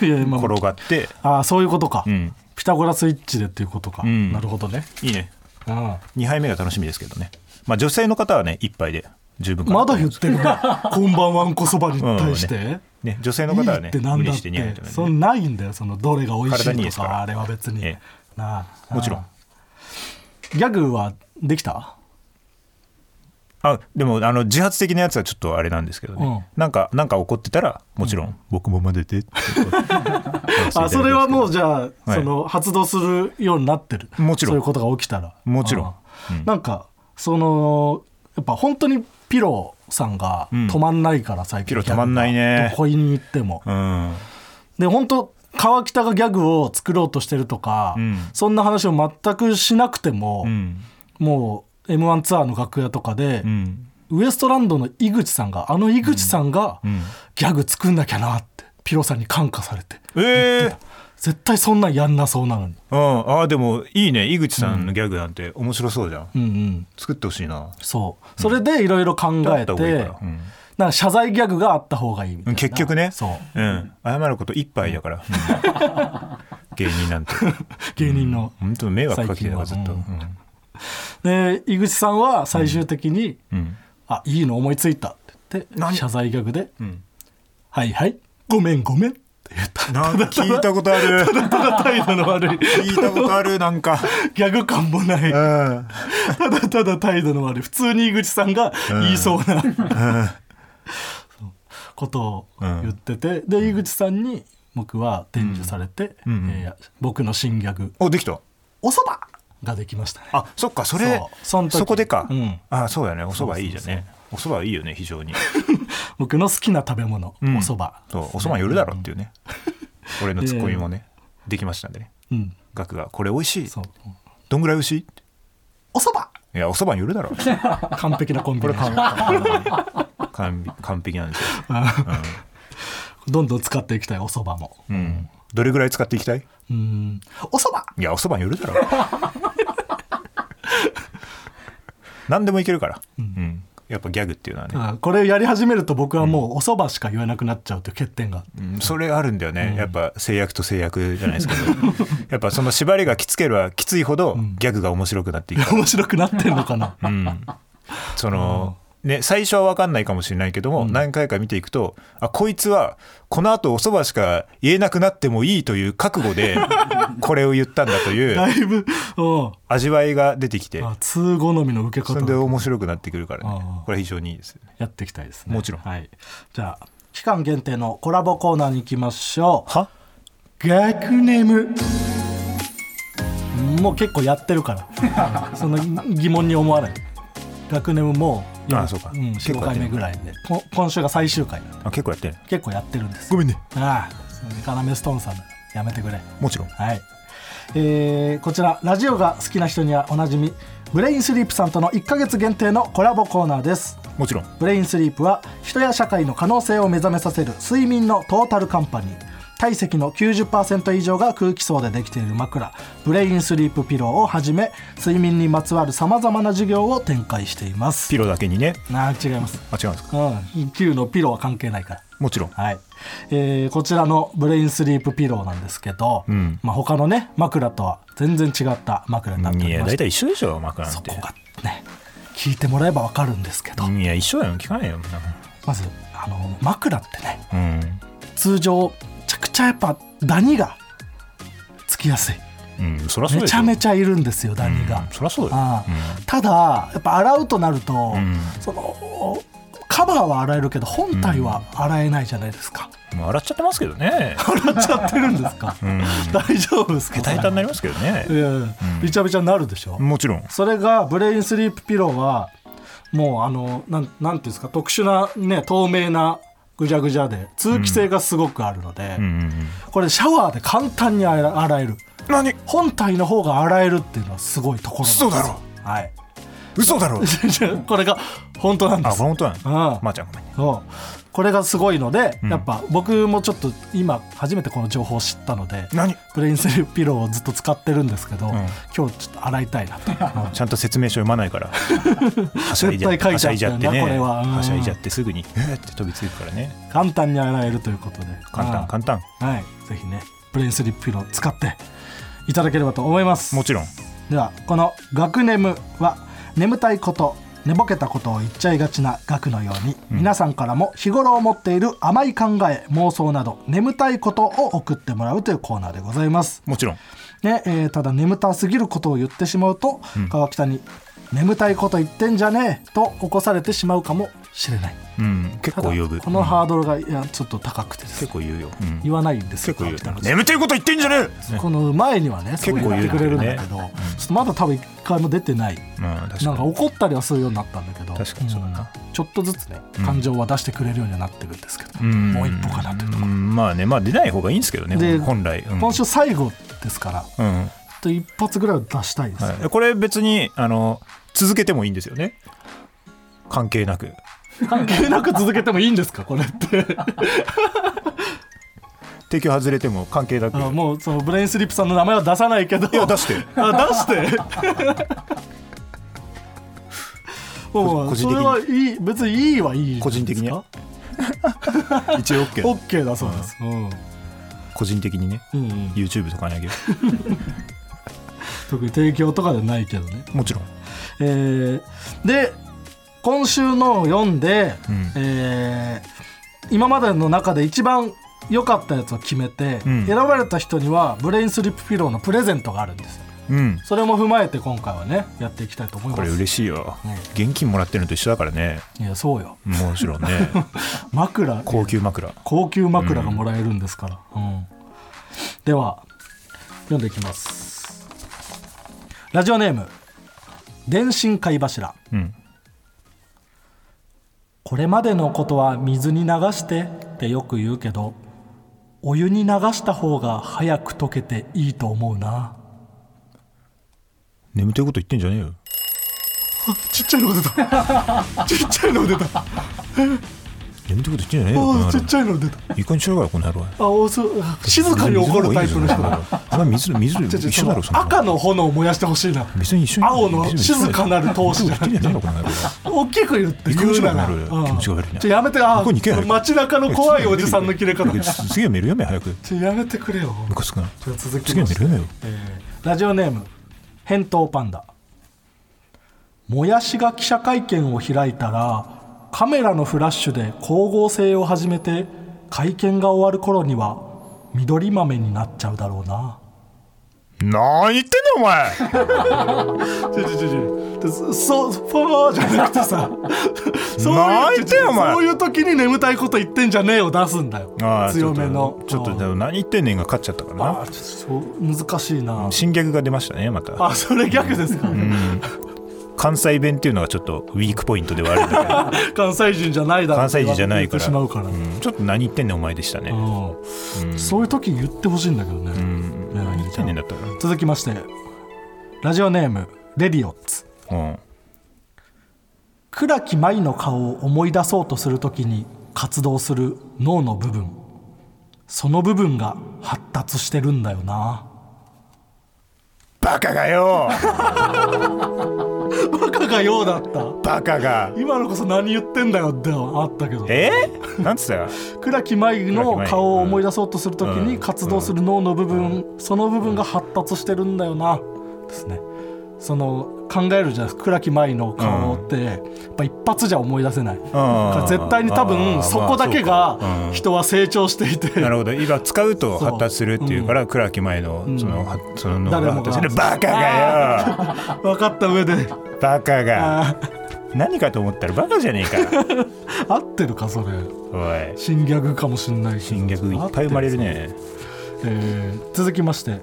[SPEAKER 3] いやまあ
[SPEAKER 2] 転がって
[SPEAKER 3] ああそういうことか、
[SPEAKER 2] ん
[SPEAKER 3] ピタゴラスイッチでっていうことか、
[SPEAKER 2] ん
[SPEAKER 3] なるほどね
[SPEAKER 2] いいね
[SPEAKER 3] あ
[SPEAKER 2] 2杯目が楽しみですけどねまあ女性の方はね一杯で十分
[SPEAKER 3] あ
[SPEAKER 2] かな
[SPEAKER 3] まだ言ってる
[SPEAKER 2] [LAUGHS]
[SPEAKER 3] なこんばんはんこそばに対して、
[SPEAKER 2] うんね女性の方はね
[SPEAKER 3] いいってなん
[SPEAKER 2] 無
[SPEAKER 3] だ
[SPEAKER 2] 理
[SPEAKER 3] っ
[SPEAKER 2] して
[SPEAKER 3] て、
[SPEAKER 2] 2杯とかね
[SPEAKER 3] そんないんだよそのどれが美味し
[SPEAKER 2] 体にいい
[SPEAKER 3] い
[SPEAKER 2] で
[SPEAKER 3] と
[SPEAKER 2] す
[SPEAKER 3] か
[SPEAKER 2] から
[SPEAKER 3] あれは別に、
[SPEAKER 2] え
[SPEAKER 3] なあ
[SPEAKER 2] もちろん
[SPEAKER 3] ああギャグはできた
[SPEAKER 2] あでもあの自発的なやつはちょっとあれなんですけどね、なんかなんか怒ってたらもちろん、僕も混ぜてって
[SPEAKER 3] [LAUGHS] あそれはもうじゃあ、
[SPEAKER 2] はい
[SPEAKER 3] その発動するようになってる
[SPEAKER 2] もちろん
[SPEAKER 3] そういうことが起きたら
[SPEAKER 2] もちろん
[SPEAKER 3] ああなんかそのやっぱ本当にピロさんが
[SPEAKER 2] ん
[SPEAKER 3] 止まんないから、最近
[SPEAKER 2] ピロ止まんないね
[SPEAKER 3] どこに行っても、
[SPEAKER 2] [LAUGHS] うん
[SPEAKER 3] で本当川北がギャグを作ろうとしてるとか、
[SPEAKER 2] うん
[SPEAKER 3] そんな話を全くしなくても、
[SPEAKER 2] うん
[SPEAKER 3] もう m 1ツアーの楽屋とかで、
[SPEAKER 2] うん
[SPEAKER 3] ウエストランドの井口さんがあの井口さんが、
[SPEAKER 2] ん
[SPEAKER 3] ギャグ作んなきゃなってピロさんに感化されて
[SPEAKER 2] ええ
[SPEAKER 3] 絶対そんなんやんなそうなのに
[SPEAKER 2] うん、ああでもいいね井口さんのギャグなんて面白そうじゃん、
[SPEAKER 3] うんうん
[SPEAKER 2] 作ってほしいな
[SPEAKER 3] そうそれでいろいろ考
[SPEAKER 2] だ
[SPEAKER 3] え
[SPEAKER 2] った
[SPEAKER 3] て、
[SPEAKER 2] 方がいいから、うん
[SPEAKER 3] なんか謝罪ギャグがあった方がいいみたいな
[SPEAKER 2] 結局ね
[SPEAKER 3] そう
[SPEAKER 2] うん、謝ること一杯だから、うん芸人なんて
[SPEAKER 3] 芸人の、
[SPEAKER 2] 本当迷惑かけてるからずっと、う
[SPEAKER 3] 最
[SPEAKER 2] ん
[SPEAKER 3] で井口さんは最終的に「
[SPEAKER 2] うん
[SPEAKER 3] あいいの思いついた」って言って謝罪ギャグで「
[SPEAKER 2] ん
[SPEAKER 3] はいはいごめんごめん」って言った
[SPEAKER 2] なんか聞いたことある
[SPEAKER 3] ただ態度の悪い
[SPEAKER 2] 聞いたことあるなんか
[SPEAKER 3] ギャグ感もない
[SPEAKER 2] うん
[SPEAKER 3] ただただ態度の悪い普通に井口さんが言いそうな、そうことを言ってて、で井口さんに僕は伝授されて、
[SPEAKER 2] うん
[SPEAKER 3] えー僕の新ギャグ
[SPEAKER 2] おできた
[SPEAKER 3] 「おそば!」ができましたね
[SPEAKER 2] あそっかそれ
[SPEAKER 3] そう
[SPEAKER 2] そ
[SPEAKER 3] その時
[SPEAKER 2] こでか、
[SPEAKER 3] うん
[SPEAKER 2] あそうだねおそばいいじゃんねおそばいいよね非常に
[SPEAKER 3] 僕の好きな食べ物、
[SPEAKER 2] ん
[SPEAKER 3] おそば、
[SPEAKER 2] そうおそば寄るだろっていうね俺のツッコミもねできましたんでね
[SPEAKER 3] うん、
[SPEAKER 2] ガクが「これ美味しい
[SPEAKER 3] そう
[SPEAKER 2] どんぐらい美味しい?」って
[SPEAKER 3] おそば
[SPEAKER 2] いやおそばに寄るだろ
[SPEAKER 3] 完璧なコン
[SPEAKER 2] こ
[SPEAKER 3] ビネ
[SPEAKER 2] れ
[SPEAKER 3] ーション
[SPEAKER 2] 完完 [LAUGHS] 完完璧なんですよ、
[SPEAKER 3] [LAUGHS] どんどん使っていきたいおそばも
[SPEAKER 2] うん、どれぐらい使っていきたい
[SPEAKER 3] うんおそば
[SPEAKER 2] いやおそばに寄るだろ [LAUGHS] 何でもいけるから、うん、やっぱギャグっていうのはね
[SPEAKER 3] あこれやり始めると僕はもうおそばしか言えなくなっちゃうという欠点があって
[SPEAKER 2] うんそれあるんだよね、やっぱ制約と制約じゃないですけ [LAUGHS] どやっぱその縛りがきつければきついほどギャグが面白くなっていく、
[SPEAKER 3] 面白くなってんのかな、
[SPEAKER 2] うんその、ね、最初は分かんないかもしれないけども、何回か見ていくとあこいつはこのあとおそばしか言えなくなってもいいという覚悟 [LAUGHS] でこれを言ったんだという
[SPEAKER 3] だいぶうん
[SPEAKER 2] 味わいが出てきて
[SPEAKER 3] あ通好みの受け
[SPEAKER 2] そ
[SPEAKER 3] 方
[SPEAKER 2] れで面白くなってくるから
[SPEAKER 3] あ
[SPEAKER 2] ね
[SPEAKER 3] あ
[SPEAKER 2] これ非常にいいですよね
[SPEAKER 3] やっていきたいですね
[SPEAKER 2] もちろん
[SPEAKER 3] はい、じゃあ期間限定のコラボコーナーに行きましょ
[SPEAKER 2] は
[SPEAKER 3] う学ネームもう結構やってるから
[SPEAKER 2] [LAUGHS]
[SPEAKER 3] そんな疑問に思わない学ネームもう
[SPEAKER 2] あそうか
[SPEAKER 3] ん、
[SPEAKER 2] 結構
[SPEAKER 3] 4
[SPEAKER 2] やってる
[SPEAKER 3] 回目ぐらいでこ今週が最終回なんで
[SPEAKER 2] あ結構やってる
[SPEAKER 3] 結構やってるんです
[SPEAKER 2] ごめんね
[SPEAKER 3] ああ要ストーンさんやめてくれ
[SPEAKER 2] もちろん
[SPEAKER 3] はい、えーこちらラジオが好きな人にはおなじみブレインスリープさんとの1ヶ月限定のコラボコーナーです
[SPEAKER 2] もちろん
[SPEAKER 3] ブレインスリープは人や社会の可能性を目覚めさせる睡眠のトータルカンパニー体積の90%以上が空気層でできている枕ブレインスリープピローをはじめ睡眠にまつわるさまざまな事業を展開しています
[SPEAKER 2] ピロだけにね
[SPEAKER 3] あー違います
[SPEAKER 2] あ違うんですか
[SPEAKER 3] うん、Q のピローは関係ないから。
[SPEAKER 2] もちろん
[SPEAKER 3] はいえーこちらのブレインスリープピローなんですけど、
[SPEAKER 2] ん
[SPEAKER 3] まあ、他のね枕とは全然違った枕になってお
[SPEAKER 2] い
[SPEAKER 3] り
[SPEAKER 2] や
[SPEAKER 3] まし
[SPEAKER 2] 大
[SPEAKER 3] て
[SPEAKER 2] 体一緒でしょ枕な
[SPEAKER 3] そ
[SPEAKER 2] んて
[SPEAKER 3] こがね聞いてもらえば分かるんですけど、
[SPEAKER 2] いや一緒やん聞かないよ
[SPEAKER 3] まずあの枕ってね
[SPEAKER 2] うん
[SPEAKER 3] 通常めちゃくちゃやっぱダニがつきやすい
[SPEAKER 2] うんそりゃそう
[SPEAKER 3] め
[SPEAKER 2] で
[SPEAKER 3] ち
[SPEAKER 2] し
[SPEAKER 3] ゃ
[SPEAKER 2] ょ
[SPEAKER 3] めちゃいるんですよダニが
[SPEAKER 2] うん、そりゃそうだよ
[SPEAKER 3] ああただやっぱ洗うとなると、
[SPEAKER 2] ん
[SPEAKER 3] そのカバーは洗えるけど本体は洗えないじゃないですか、
[SPEAKER 2] もう洗っちゃってますけど [LAUGHS] ね
[SPEAKER 3] 洗っちゃってるんですか、大丈夫ですか
[SPEAKER 2] ヘタヘタになりますけどね
[SPEAKER 3] ええびちゃびちゃになるでしょ、
[SPEAKER 2] もちろん
[SPEAKER 3] それがブレインスリープピローはもうあのなんなんていうんですか特殊なね透明なぐじゃぐじゃで通気性がすごくあるので、
[SPEAKER 2] うんうん
[SPEAKER 3] これシャワーで簡単に洗え洗える
[SPEAKER 2] 何
[SPEAKER 3] 本体の方が洗えるっていうのはすごいところなんですよ
[SPEAKER 2] 嘘だろ
[SPEAKER 3] はい [LAUGHS]
[SPEAKER 2] 嘘だろ
[SPEAKER 3] これが本当なん
[SPEAKER 2] [LAUGHS]
[SPEAKER 3] で
[SPEAKER 2] あ
[SPEAKER 3] す
[SPEAKER 2] これ本当なの
[SPEAKER 3] うん
[SPEAKER 2] まーちゃんごめんね
[SPEAKER 3] そうこれがすごいので、やっぱ僕もちょっと今初めてこの情報を知ったので
[SPEAKER 2] 何
[SPEAKER 3] ブレインスリープピローをずっと使ってるんですけど、
[SPEAKER 2] ん
[SPEAKER 3] 今日ちょっと洗いたいなとうん
[SPEAKER 2] ちゃんと説明書読まないから [LAUGHS] はしゃいじゃ
[SPEAKER 3] 絶対書い
[SPEAKER 2] は
[SPEAKER 3] ち
[SPEAKER 2] し
[SPEAKER 3] ゃ
[SPEAKER 2] ゃ
[SPEAKER 3] っ
[SPEAKER 2] い
[SPEAKER 3] た
[SPEAKER 2] じゃ
[SPEAKER 3] よな
[SPEAKER 2] ってね
[SPEAKER 3] これはうん
[SPEAKER 2] はしゃいじゃってすぐにえーって飛びついくからね
[SPEAKER 3] 簡単に洗えるということで
[SPEAKER 2] 簡単簡単
[SPEAKER 3] 単はいぜひねブレインスリープピロー使っていただければと思います
[SPEAKER 2] もちろん
[SPEAKER 3] ではこの「学ネム」は眠たいこと寝ぼけたことを言っちゃいがちな学のように、皆さんからも日頃思っている甘い考え妄想など眠たいことを送ってもらうというコーナーでございます、
[SPEAKER 2] もちろん
[SPEAKER 3] ねえーただ眠たすぎることを言ってしまうと、川北に「眠たいこと言ってんじゃねえ」と起こされてしまうかもしれない
[SPEAKER 2] うん結
[SPEAKER 3] た
[SPEAKER 2] 構
[SPEAKER 3] だ
[SPEAKER 2] 呼ぶ
[SPEAKER 3] この
[SPEAKER 2] うん
[SPEAKER 3] ハードルがいやちょっと高くてです
[SPEAKER 2] 結
[SPEAKER 3] ね
[SPEAKER 2] 構言うようん
[SPEAKER 3] 言わないんです
[SPEAKER 2] 結
[SPEAKER 3] よ
[SPEAKER 2] 構言う
[SPEAKER 3] 川北の
[SPEAKER 2] 眠たいこと言ってんじゃねえね
[SPEAKER 3] この前にはねそう
[SPEAKER 2] 構言う
[SPEAKER 3] 言
[SPEAKER 2] ん
[SPEAKER 3] っ
[SPEAKER 2] だ
[SPEAKER 3] て
[SPEAKER 2] よね
[SPEAKER 3] くれるんだけど、ちょっとまだ多分一回も出てない
[SPEAKER 2] うん確
[SPEAKER 3] なん
[SPEAKER 2] か
[SPEAKER 3] か
[SPEAKER 2] に
[SPEAKER 3] 怒ったりはするようになったんだけど
[SPEAKER 2] 確かにそうだな
[SPEAKER 3] うんちょっとずつね感情は出してくれるようにはなってるんですけど、
[SPEAKER 2] ん
[SPEAKER 3] もう一歩かなというとこ
[SPEAKER 2] うんまあねまあ出ない方がいいんですけどね
[SPEAKER 3] で
[SPEAKER 2] 本来うん
[SPEAKER 3] 今週最後ですから
[SPEAKER 2] うんは
[SPEAKER 3] ちょっと一発ぐらいは出したいですね、
[SPEAKER 2] いこれ別にあの続けてもいいんですよね関係なく
[SPEAKER 3] 関係 [LAUGHS] なく続けてもいいんですかこれって
[SPEAKER 2] 提供外れても関係なく
[SPEAKER 3] あのもうそのブレインスリップさんの名前は出さないけど
[SPEAKER 2] いや出して
[SPEAKER 3] あ出しても
[SPEAKER 2] 個
[SPEAKER 3] う
[SPEAKER 2] 人
[SPEAKER 3] そ
[SPEAKER 2] 的
[SPEAKER 3] れ
[SPEAKER 2] に
[SPEAKER 3] はいい別にいいはいい
[SPEAKER 2] [LAUGHS]
[SPEAKER 3] ん
[SPEAKER 2] 個人的に
[SPEAKER 3] です
[SPEAKER 2] ね
[SPEAKER 3] か
[SPEAKER 2] 一応 OK
[SPEAKER 3] オッケーだそうです、うん
[SPEAKER 2] 個人的にね
[SPEAKER 3] うんうん、
[SPEAKER 2] YouTube とかにあげる
[SPEAKER 3] 特に提供とかではないけどね
[SPEAKER 2] もちろん
[SPEAKER 3] えーで今週のを読んで、
[SPEAKER 2] ん
[SPEAKER 3] えー今までの中で一番良かったやつを決めて、
[SPEAKER 2] ん
[SPEAKER 3] 選ばれた人にはブレインスリップピローのプレゼントがあるんですよ
[SPEAKER 2] うん
[SPEAKER 3] それも踏まえて今回はねやっていきたいと思います
[SPEAKER 2] これ嬉しいよ
[SPEAKER 3] ね
[SPEAKER 2] 現金もらってるのと一緒だからね
[SPEAKER 3] いやそうよ [LAUGHS]
[SPEAKER 2] もちろんね
[SPEAKER 3] 枕
[SPEAKER 2] 高級枕
[SPEAKER 3] 高級枕がもらえるんですから、うんでは読んでいきますラジオネーム電信貝柱
[SPEAKER 2] うん
[SPEAKER 3] これまでのことは水に流してってよく言うけどお湯に流した方が早く溶けていいと思うな
[SPEAKER 2] 眠たいこと言ってんじゃねえよ
[SPEAKER 3] ちっちゃいの出た [LAUGHS] ちっちゃいの
[SPEAKER 2] [LAUGHS]
[SPEAKER 3] 出た
[SPEAKER 2] 眠たいこと言ってんじゃねえよこの野郎
[SPEAKER 3] ゃいの出た
[SPEAKER 2] いいかにしろよこの野郎
[SPEAKER 3] あおそ静かに怒るタイプの人だ
[SPEAKER 2] あんま水水一緒だろそんなの
[SPEAKER 3] 赤の炎を燃やしてほしいな
[SPEAKER 2] 別に一緒に
[SPEAKER 3] 青の静かなる闘志
[SPEAKER 2] じゃ [LAUGHS] 言ってんじゃねえよこの野郎
[SPEAKER 3] 大きく言って
[SPEAKER 2] いいか
[SPEAKER 3] 言
[SPEAKER 2] に
[SPEAKER 3] う
[SPEAKER 2] しろ
[SPEAKER 3] な
[SPEAKER 2] よこの野
[SPEAKER 3] ら
[SPEAKER 2] 郎気持ちが悪いな
[SPEAKER 3] ちょやめてあ
[SPEAKER 2] ここに行けよ
[SPEAKER 3] 街中の怖いおじさんの切れ方ち
[SPEAKER 2] 次はメール読め早く
[SPEAKER 3] ょやめてくれよ
[SPEAKER 2] ムカつくな
[SPEAKER 3] じゃあ続き
[SPEAKER 2] 次
[SPEAKER 3] ま
[SPEAKER 2] はメー
[SPEAKER 3] して
[SPEAKER 2] ル読めよ
[SPEAKER 3] ラジオネーム返答パンダもやしが記者会見を開いたらカメラのフラッシュで光合成を始めて会見が終わる頃には緑豆になっちゃうだろうな
[SPEAKER 2] 何言ってんだお前
[SPEAKER 3] ちょちょちょちょそそうファーじゃなくて
[SPEAKER 2] [LAUGHS]
[SPEAKER 3] さそう
[SPEAKER 2] 泣
[SPEAKER 3] い
[SPEAKER 2] いうてよお前
[SPEAKER 3] そういう時に眠たいこと言ってんじゃねえを出すんだよ
[SPEAKER 2] あー
[SPEAKER 3] 強めの
[SPEAKER 2] ちょっとちょっとで
[SPEAKER 3] あ
[SPEAKER 2] も何言ってんねんが勝っちゃったから
[SPEAKER 3] あ
[SPEAKER 2] な
[SPEAKER 3] ーちょっとそう難しいな
[SPEAKER 2] 新ギャグが出ましたねまた
[SPEAKER 3] あそれ逆ですか、
[SPEAKER 2] 関西弁っていうのがちょっとウィークポイントではあるんだ
[SPEAKER 3] [LAUGHS]
[SPEAKER 2] けど
[SPEAKER 3] [LAUGHS] 関西人じゃないだろ
[SPEAKER 2] 関西人じゃないから
[SPEAKER 3] 言ってしまうから、
[SPEAKER 2] うんちょっと何言ってんねんお前でしたね
[SPEAKER 3] うんそういう時に言ってほしいんだけどね、えな
[SPEAKER 2] 何言ってんねんだったら
[SPEAKER 3] 続きましてラジオネームレディオッツ
[SPEAKER 2] うん
[SPEAKER 3] 倉木舞の顔を思い出そうとするときに活動する脳の部分その部分が発達してるんだよな
[SPEAKER 2] バカがよ
[SPEAKER 3] バカがようだった
[SPEAKER 2] バカが
[SPEAKER 3] 今のこそ何言ってんだよってはあったけど
[SPEAKER 2] えなんつったよ
[SPEAKER 3] 倉木舞の顔を思い出そうとするときに活動する脳の部分その部分が発達してるんだよなですねその考えるじゃないですか倉木舞の顔ってやっぱ一発じゃ思い出せないだから絶対に多
[SPEAKER 2] あー
[SPEAKER 3] 分そこだけが
[SPEAKER 2] まあそうかうん
[SPEAKER 3] 人は成長していて
[SPEAKER 2] なるほど今使うと発達するっていうから倉木前の
[SPEAKER 3] ん
[SPEAKER 2] そのはその
[SPEAKER 3] 誰
[SPEAKER 2] 発
[SPEAKER 3] もが
[SPEAKER 2] 達するバカがよ
[SPEAKER 3] 分かった上で
[SPEAKER 2] バカが
[SPEAKER 3] あ
[SPEAKER 2] 何かと思ったらバカじゃねえか
[SPEAKER 3] ー合ってるかそれ
[SPEAKER 2] おい
[SPEAKER 3] 新ギャグかもしんないし
[SPEAKER 2] 新逆いっぱい生まれるね
[SPEAKER 3] えー続きまして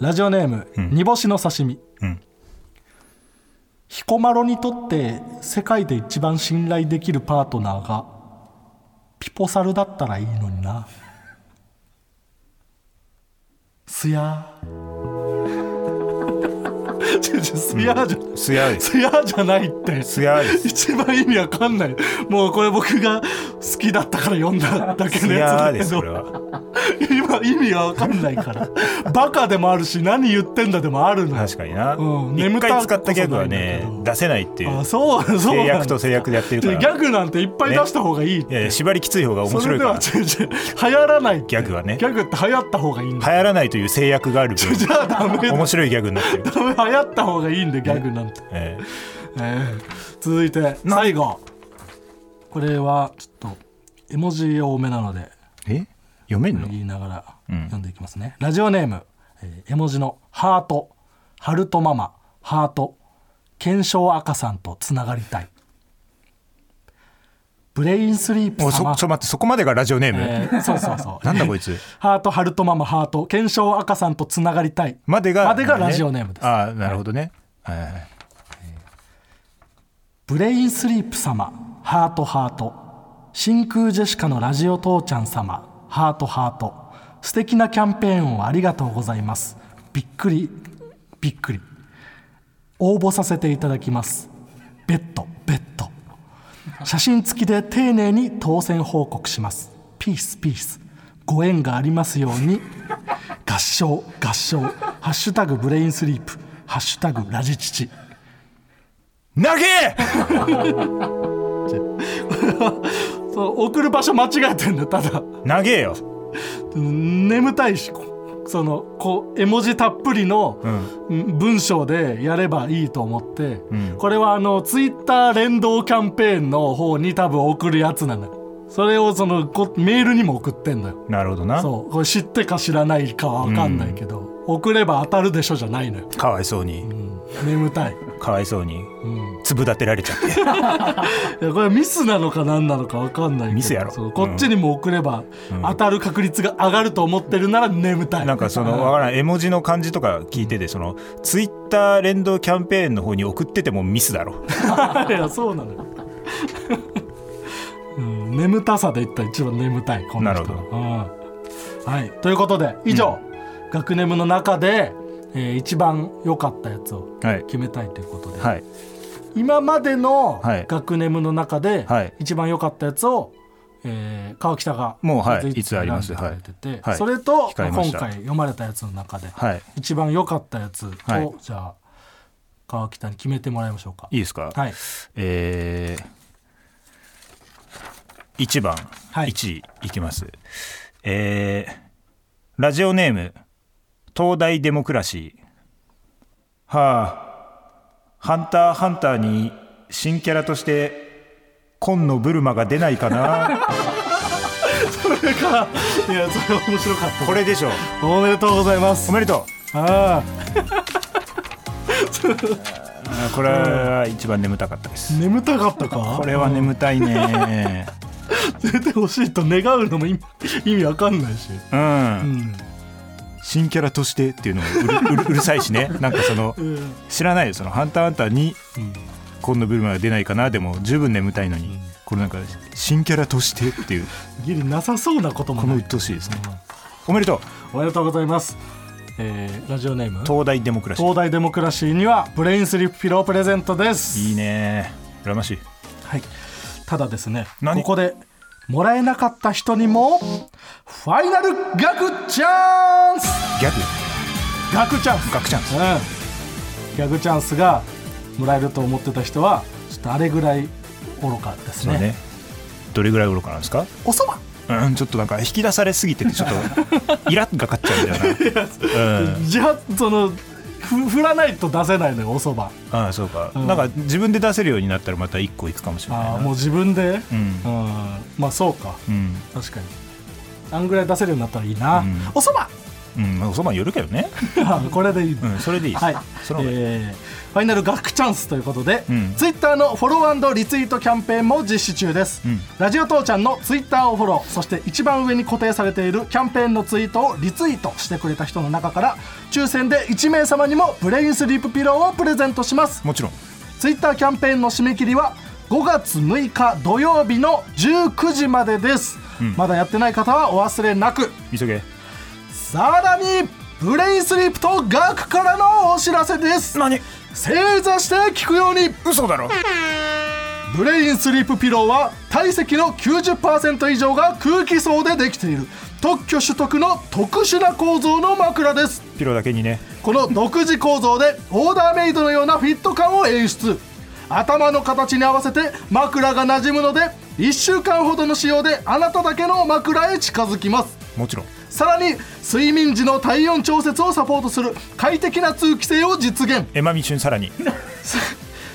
[SPEAKER 3] ラジオネーム、
[SPEAKER 2] ん
[SPEAKER 3] 煮干しの刺身、
[SPEAKER 2] うん
[SPEAKER 3] 彦摩呂にとって世界で一番信頼できるパートナーがピポサルだったらいいのになすやーちょちょすやーじゃ、
[SPEAKER 2] すやです
[SPEAKER 3] すやーじゃないって
[SPEAKER 2] すやです
[SPEAKER 3] 一番意味わかんないもうこれ僕が好きだったから読んだだけ
[SPEAKER 2] す
[SPEAKER 3] の [LAUGHS] や
[SPEAKER 2] や
[SPEAKER 3] つだ
[SPEAKER 2] で
[SPEAKER 3] け
[SPEAKER 2] す
[SPEAKER 3] ど
[SPEAKER 2] これは
[SPEAKER 3] 今意味が分かんないから
[SPEAKER 2] [LAUGHS]
[SPEAKER 3] バカでもあるし何言ってんだでもあるのよ
[SPEAKER 2] 確かにな
[SPEAKER 3] うん
[SPEAKER 2] 一
[SPEAKER 3] 眠た
[SPEAKER 2] 回使ったギャグはね
[SPEAKER 3] こそないんだけど
[SPEAKER 2] 出せないっていう
[SPEAKER 3] あそうそう
[SPEAKER 2] 制
[SPEAKER 3] なんだ
[SPEAKER 2] 約と制約でやってるか
[SPEAKER 3] で
[SPEAKER 2] ら
[SPEAKER 3] ギャグなんていっぱい出した方がいいって、
[SPEAKER 2] いやいや縛りきつい方が面
[SPEAKER 3] そ
[SPEAKER 2] 白
[SPEAKER 3] れ
[SPEAKER 2] い
[SPEAKER 3] で
[SPEAKER 2] か
[SPEAKER 3] は
[SPEAKER 2] ら
[SPEAKER 3] 違う違う流行らないって
[SPEAKER 2] ギャグはね
[SPEAKER 3] ギャグって流行った方がいいんだ
[SPEAKER 2] 流行らないという制約がある分
[SPEAKER 3] じゃあダメだ
[SPEAKER 2] 面白いギャグになって
[SPEAKER 3] [LAUGHS]
[SPEAKER 2] る、
[SPEAKER 3] ダメ流行った方がいいんでギャグなんて、
[SPEAKER 2] ええ
[SPEAKER 3] えー続いて最後これはちょっと絵文字多めなので
[SPEAKER 2] え読めんの
[SPEAKER 3] 言いながら
[SPEAKER 2] ん
[SPEAKER 3] 読んでいきますね、ラジオネーム、えー絵文字の「ハート」「ハルトママ」「ハート」「検証赤さんとつながりたい」「ブレインスリープ
[SPEAKER 2] おいそちょ
[SPEAKER 3] 様
[SPEAKER 2] っ」と待ってそこまでがラジオネーム、
[SPEAKER 3] えーそうそうそ
[SPEAKER 2] [LAUGHS]
[SPEAKER 3] う
[SPEAKER 2] なんだこ
[SPEAKER 3] [LAUGHS]
[SPEAKER 2] いつ
[SPEAKER 3] ハートハルトママハート検証赤さんとつながりたい
[SPEAKER 2] までが
[SPEAKER 3] までがラジオネームです
[SPEAKER 2] ああなるほどね、はいはいはい
[SPEAKER 3] ブレインスリープ様ハートハート真空ジェシカのラジオ父ちゃん様ハートハート素敵なキャンペーンをありがとうございますびっくりびっくり応募させていただきますベッドベッド写真付きで丁寧に当選報告しますピースピースご縁がありますように合唱合唱ハッシュタグブレインスリープハッシュタグラジチチ
[SPEAKER 2] 投げ
[SPEAKER 3] そう送る場所間違えてんだよただ
[SPEAKER 2] 投げよ
[SPEAKER 3] うん眠たいしこそのこう絵文字たっぷりのうん文章でやればいいと思って、これはあのツイッター連動キャンペーンの方に多分送るやつなんだよそれをそのこメールにも送ってんだよ
[SPEAKER 2] なるほどな
[SPEAKER 3] そうこれ知ってか知らないかは分かんないけど、送れば当たるでしょじゃないのよ
[SPEAKER 2] かわいそうに、
[SPEAKER 3] 眠たい
[SPEAKER 2] かわいそうに、粒立てられちゃって
[SPEAKER 3] いやこれミスなのか何なのか分かんないけど
[SPEAKER 2] ミスやろ
[SPEAKER 3] そうこっちにも送れば当たる確率が上がると思ってるなら眠たい、
[SPEAKER 2] なんかそ
[SPEAKER 3] [LAUGHS]
[SPEAKER 2] のわからない絵文字の感じとか聞いててそのツイッター連動キャンペーンの方に送っててもミスだろ
[SPEAKER 3] いやそうなのよ、うん、眠たさで言ったら一番眠たいこの
[SPEAKER 2] な
[SPEAKER 3] 人
[SPEAKER 2] るほ
[SPEAKER 3] は、うんはい、ということで以上、学ネムの中で、えー一番良かったやつを
[SPEAKER 2] はい
[SPEAKER 3] 決めたいということで、
[SPEAKER 2] はい
[SPEAKER 3] 今までの
[SPEAKER 2] はい
[SPEAKER 3] 学ネムの中で、
[SPEAKER 2] はい
[SPEAKER 3] 一番良かったやつを、えー川北が
[SPEAKER 2] もうはい
[SPEAKER 3] まず
[SPEAKER 2] いつあります
[SPEAKER 3] 選んでくれてて
[SPEAKER 2] はいはい
[SPEAKER 3] それと
[SPEAKER 2] 控えまし
[SPEAKER 3] 今
[SPEAKER 2] た
[SPEAKER 3] 回読まれたやつの中で、
[SPEAKER 2] はい
[SPEAKER 3] 一番良かったやつを、
[SPEAKER 2] はい
[SPEAKER 3] じゃあ川北に決めてもらいましょうか
[SPEAKER 2] いいですか、
[SPEAKER 3] はい
[SPEAKER 2] えー、1番、
[SPEAKER 3] はい
[SPEAKER 2] 1位いきますえー、ラジオネーム東大デモクラシーはあ「ハンターハンター」に新キャラとして紺のブルマが出ないか [LAUGHS] な
[SPEAKER 3] いやそれ面白かった
[SPEAKER 2] これでしょ
[SPEAKER 3] おめでとうございます
[SPEAKER 2] おめでとう
[SPEAKER 3] あ
[SPEAKER 2] あこれは一番眠たかったで
[SPEAKER 3] あ
[SPEAKER 2] す
[SPEAKER 3] 眠たかったか
[SPEAKER 2] これは眠たいね
[SPEAKER 3] 出てほしいと願うのも意味意味わかんないし、
[SPEAKER 2] うん、
[SPEAKER 3] うん
[SPEAKER 2] 新キャラとしてっていうのもうるうるうるさいし
[SPEAKER 3] [LAUGHS]
[SPEAKER 2] ねなんかその
[SPEAKER 3] うん
[SPEAKER 2] 知らないよその「ハンターハンター」に今度ブルマが出ないかなでも十分眠たいのに、これなんか新キャラとしてっていう
[SPEAKER 3] ギリなさそうなことも
[SPEAKER 2] この
[SPEAKER 3] ない
[SPEAKER 2] 鬱陶しいですね、おめでとう
[SPEAKER 3] おめでとうございますえーラジオネーム
[SPEAKER 2] 東大デモクラシー
[SPEAKER 3] 東大デモクラシーにはブレインスリップピロープレゼントです
[SPEAKER 2] いいね羨ましい
[SPEAKER 3] はい、ただですね
[SPEAKER 2] 何
[SPEAKER 3] ここでもらえなかった人にもファイナルガクチャンス
[SPEAKER 2] ギャグ
[SPEAKER 3] ガクチャンス
[SPEAKER 2] ガクチャンス
[SPEAKER 3] うん、ギャグチャンスがもらえると思ってた人はちょっとあれぐらい愚かです
[SPEAKER 2] そう
[SPEAKER 3] ね
[SPEAKER 2] ねどれぐらい愚かなんですか
[SPEAKER 3] おそば
[SPEAKER 2] うんちょっとなんか引き出されすぎててちょっ
[SPEAKER 3] [LAUGHS]
[SPEAKER 2] とイラッがかっちゃうんだよなうん
[SPEAKER 3] じゃあそのふ振らないと出せないのよおそば
[SPEAKER 2] ああそうか、
[SPEAKER 3] うん
[SPEAKER 2] なんか自分で出せるようになったらまた1個いくかもしれないな
[SPEAKER 3] あーもう自分で
[SPEAKER 2] うん
[SPEAKER 3] うん、まあそうか
[SPEAKER 2] うん
[SPEAKER 3] 確かにあんぐらい出せるようになったらいいな、
[SPEAKER 2] うん
[SPEAKER 3] おそば
[SPEAKER 2] うんまあおそばによるけど
[SPEAKER 3] [LAUGHS]
[SPEAKER 2] ね、
[SPEAKER 3] これでいい、
[SPEAKER 2] うん、それでいい
[SPEAKER 3] はい、
[SPEAKER 2] その方がいい
[SPEAKER 3] えーファイナルガクチャンスということで、
[SPEAKER 2] うん
[SPEAKER 3] ツイッターのフォローリツイートキャンペーンも実施中です、
[SPEAKER 2] うん
[SPEAKER 3] ラジオ父ちゃんのツイッターをフォローそして一番上に固定されているキャンペーンのツイートをリツイートしてくれた人の中から抽選で1名様にもブレインスリープピローをプレゼントします
[SPEAKER 2] もちろん
[SPEAKER 3] ツイッターキャンペーンの締め切りは5月6日土曜日の19時までです、まだやってない方はお忘れなく
[SPEAKER 2] 急げ
[SPEAKER 3] さらにブレインスリープとガクからのお知らせです
[SPEAKER 2] 何
[SPEAKER 3] 正座して聞くように
[SPEAKER 2] 嘘だろ
[SPEAKER 3] ブレインスリープピローは体積の90%以上が空気層でできている特許取得の特殊な構造の枕です
[SPEAKER 2] ピロだけにね
[SPEAKER 3] この独自構造でオーダーメイドのようなフィット感を演出頭の形に合わせて枕が馴染むので1週間ほどの使用であなただけの枕へ近づきます
[SPEAKER 2] もちろん
[SPEAKER 3] さらに睡眠時の体温調節をサポートする快適な通気性を実現
[SPEAKER 2] エマミシュンさ
[SPEAKER 3] [LAUGHS]
[SPEAKER 2] らに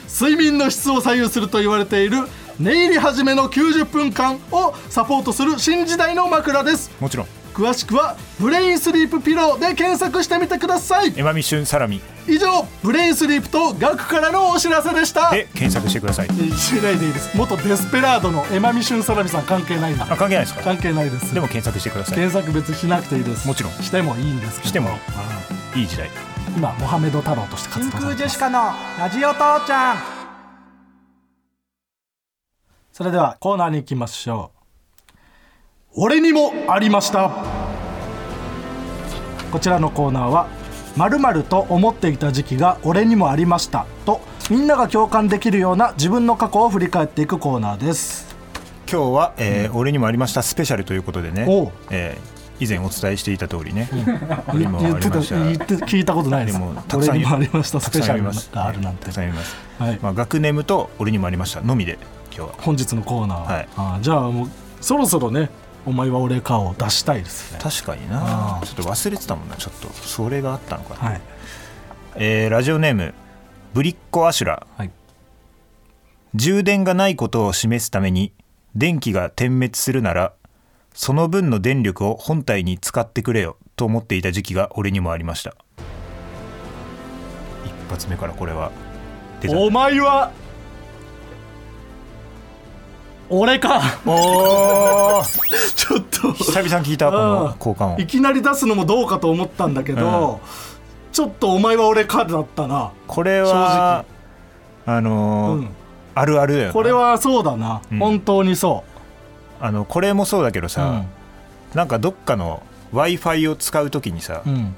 [SPEAKER 3] 睡眠の質を左右すると言われている寝入り始めの90分間をサポートする新時代の枕です
[SPEAKER 2] もちろん
[SPEAKER 3] 詳しくはブレインスリープピローで検索してみてください
[SPEAKER 2] エマミシュンサラミ
[SPEAKER 3] 以上ブレインスリープとガクからのお知らせでした
[SPEAKER 2] で検索してください
[SPEAKER 3] しないでいいです元デスペラードのエマミシュンサラミさん関係ないな
[SPEAKER 2] あ関係ないですか
[SPEAKER 3] 関係ないです
[SPEAKER 2] でも検索してください
[SPEAKER 3] 検索別にしなくていいです
[SPEAKER 2] もちろん
[SPEAKER 3] してもいいんですけど
[SPEAKER 2] してもいい
[SPEAKER 3] うん
[SPEAKER 2] いい時代
[SPEAKER 3] 今モハメド太郎として活
[SPEAKER 4] 真
[SPEAKER 3] 動され
[SPEAKER 4] 空ジ
[SPEAKER 3] てます
[SPEAKER 4] ェシカのラジオ父ちゃん
[SPEAKER 3] それではコーナーに行きましょう俺にもありましたこちらのコーナーは〇〇と思っていた時期が俺にもありましたとみんなが共感できるような自分の過去を振り返っていくコーナーです
[SPEAKER 2] 今日は、えー俺にもありましたスペシャルということでね
[SPEAKER 3] おう、
[SPEAKER 2] えー以前お伝えしていた通りね、俺に
[SPEAKER 3] 言
[SPEAKER 2] もあ
[SPEAKER 3] 言っ
[SPEAKER 2] り
[SPEAKER 3] てた
[SPEAKER 2] ました
[SPEAKER 3] 言って聞いたことないです
[SPEAKER 2] でもたくさん
[SPEAKER 3] 俺にもありました
[SPEAKER 2] た
[SPEAKER 3] ス
[SPEAKER 2] く
[SPEAKER 3] ペシ
[SPEAKER 2] さんあ
[SPEAKER 3] ャ
[SPEAKER 2] り
[SPEAKER 3] ル
[SPEAKER 2] ます
[SPEAKER 3] があるなんて
[SPEAKER 2] たくさんあります、
[SPEAKER 3] はい
[SPEAKER 2] まあ、学ネムと俺にもありましたのみで今日は
[SPEAKER 3] 本日のコーナー、
[SPEAKER 2] はい
[SPEAKER 3] あーじゃあもうそろそろねお前は俺かを出したいですね
[SPEAKER 2] 確かに
[SPEAKER 3] あ
[SPEAKER 2] な
[SPEAKER 3] ー
[SPEAKER 2] ちょっと忘れてたもんなちょっとそれがあったのかな、
[SPEAKER 3] はい
[SPEAKER 2] えーラジオネームブリッコアシュラ、
[SPEAKER 3] はい
[SPEAKER 2] 充電がないことを示すために電気が点滅するならその分の電力を本体に使ってくれよと思っていた時期が俺にもありました一発目からこれは出た
[SPEAKER 3] お前は俺か
[SPEAKER 2] おー
[SPEAKER 3] [LAUGHS] ちょっと
[SPEAKER 2] 久々に聞いたこ
[SPEAKER 3] うん
[SPEAKER 2] の交換音
[SPEAKER 3] いきなり出すのもどうかと思ったんだけど、ちょっとお前は俺かだったな
[SPEAKER 2] これはあのー
[SPEAKER 3] うん
[SPEAKER 2] あるあるだよな
[SPEAKER 3] これはそうだな、
[SPEAKER 2] うん
[SPEAKER 3] 本当にそ
[SPEAKER 2] あのこれもそうだけど
[SPEAKER 3] う、う
[SPEAKER 2] さ
[SPEAKER 3] ん、
[SPEAKER 2] なんかどっかの w i f i を使う時にさ、
[SPEAKER 3] うん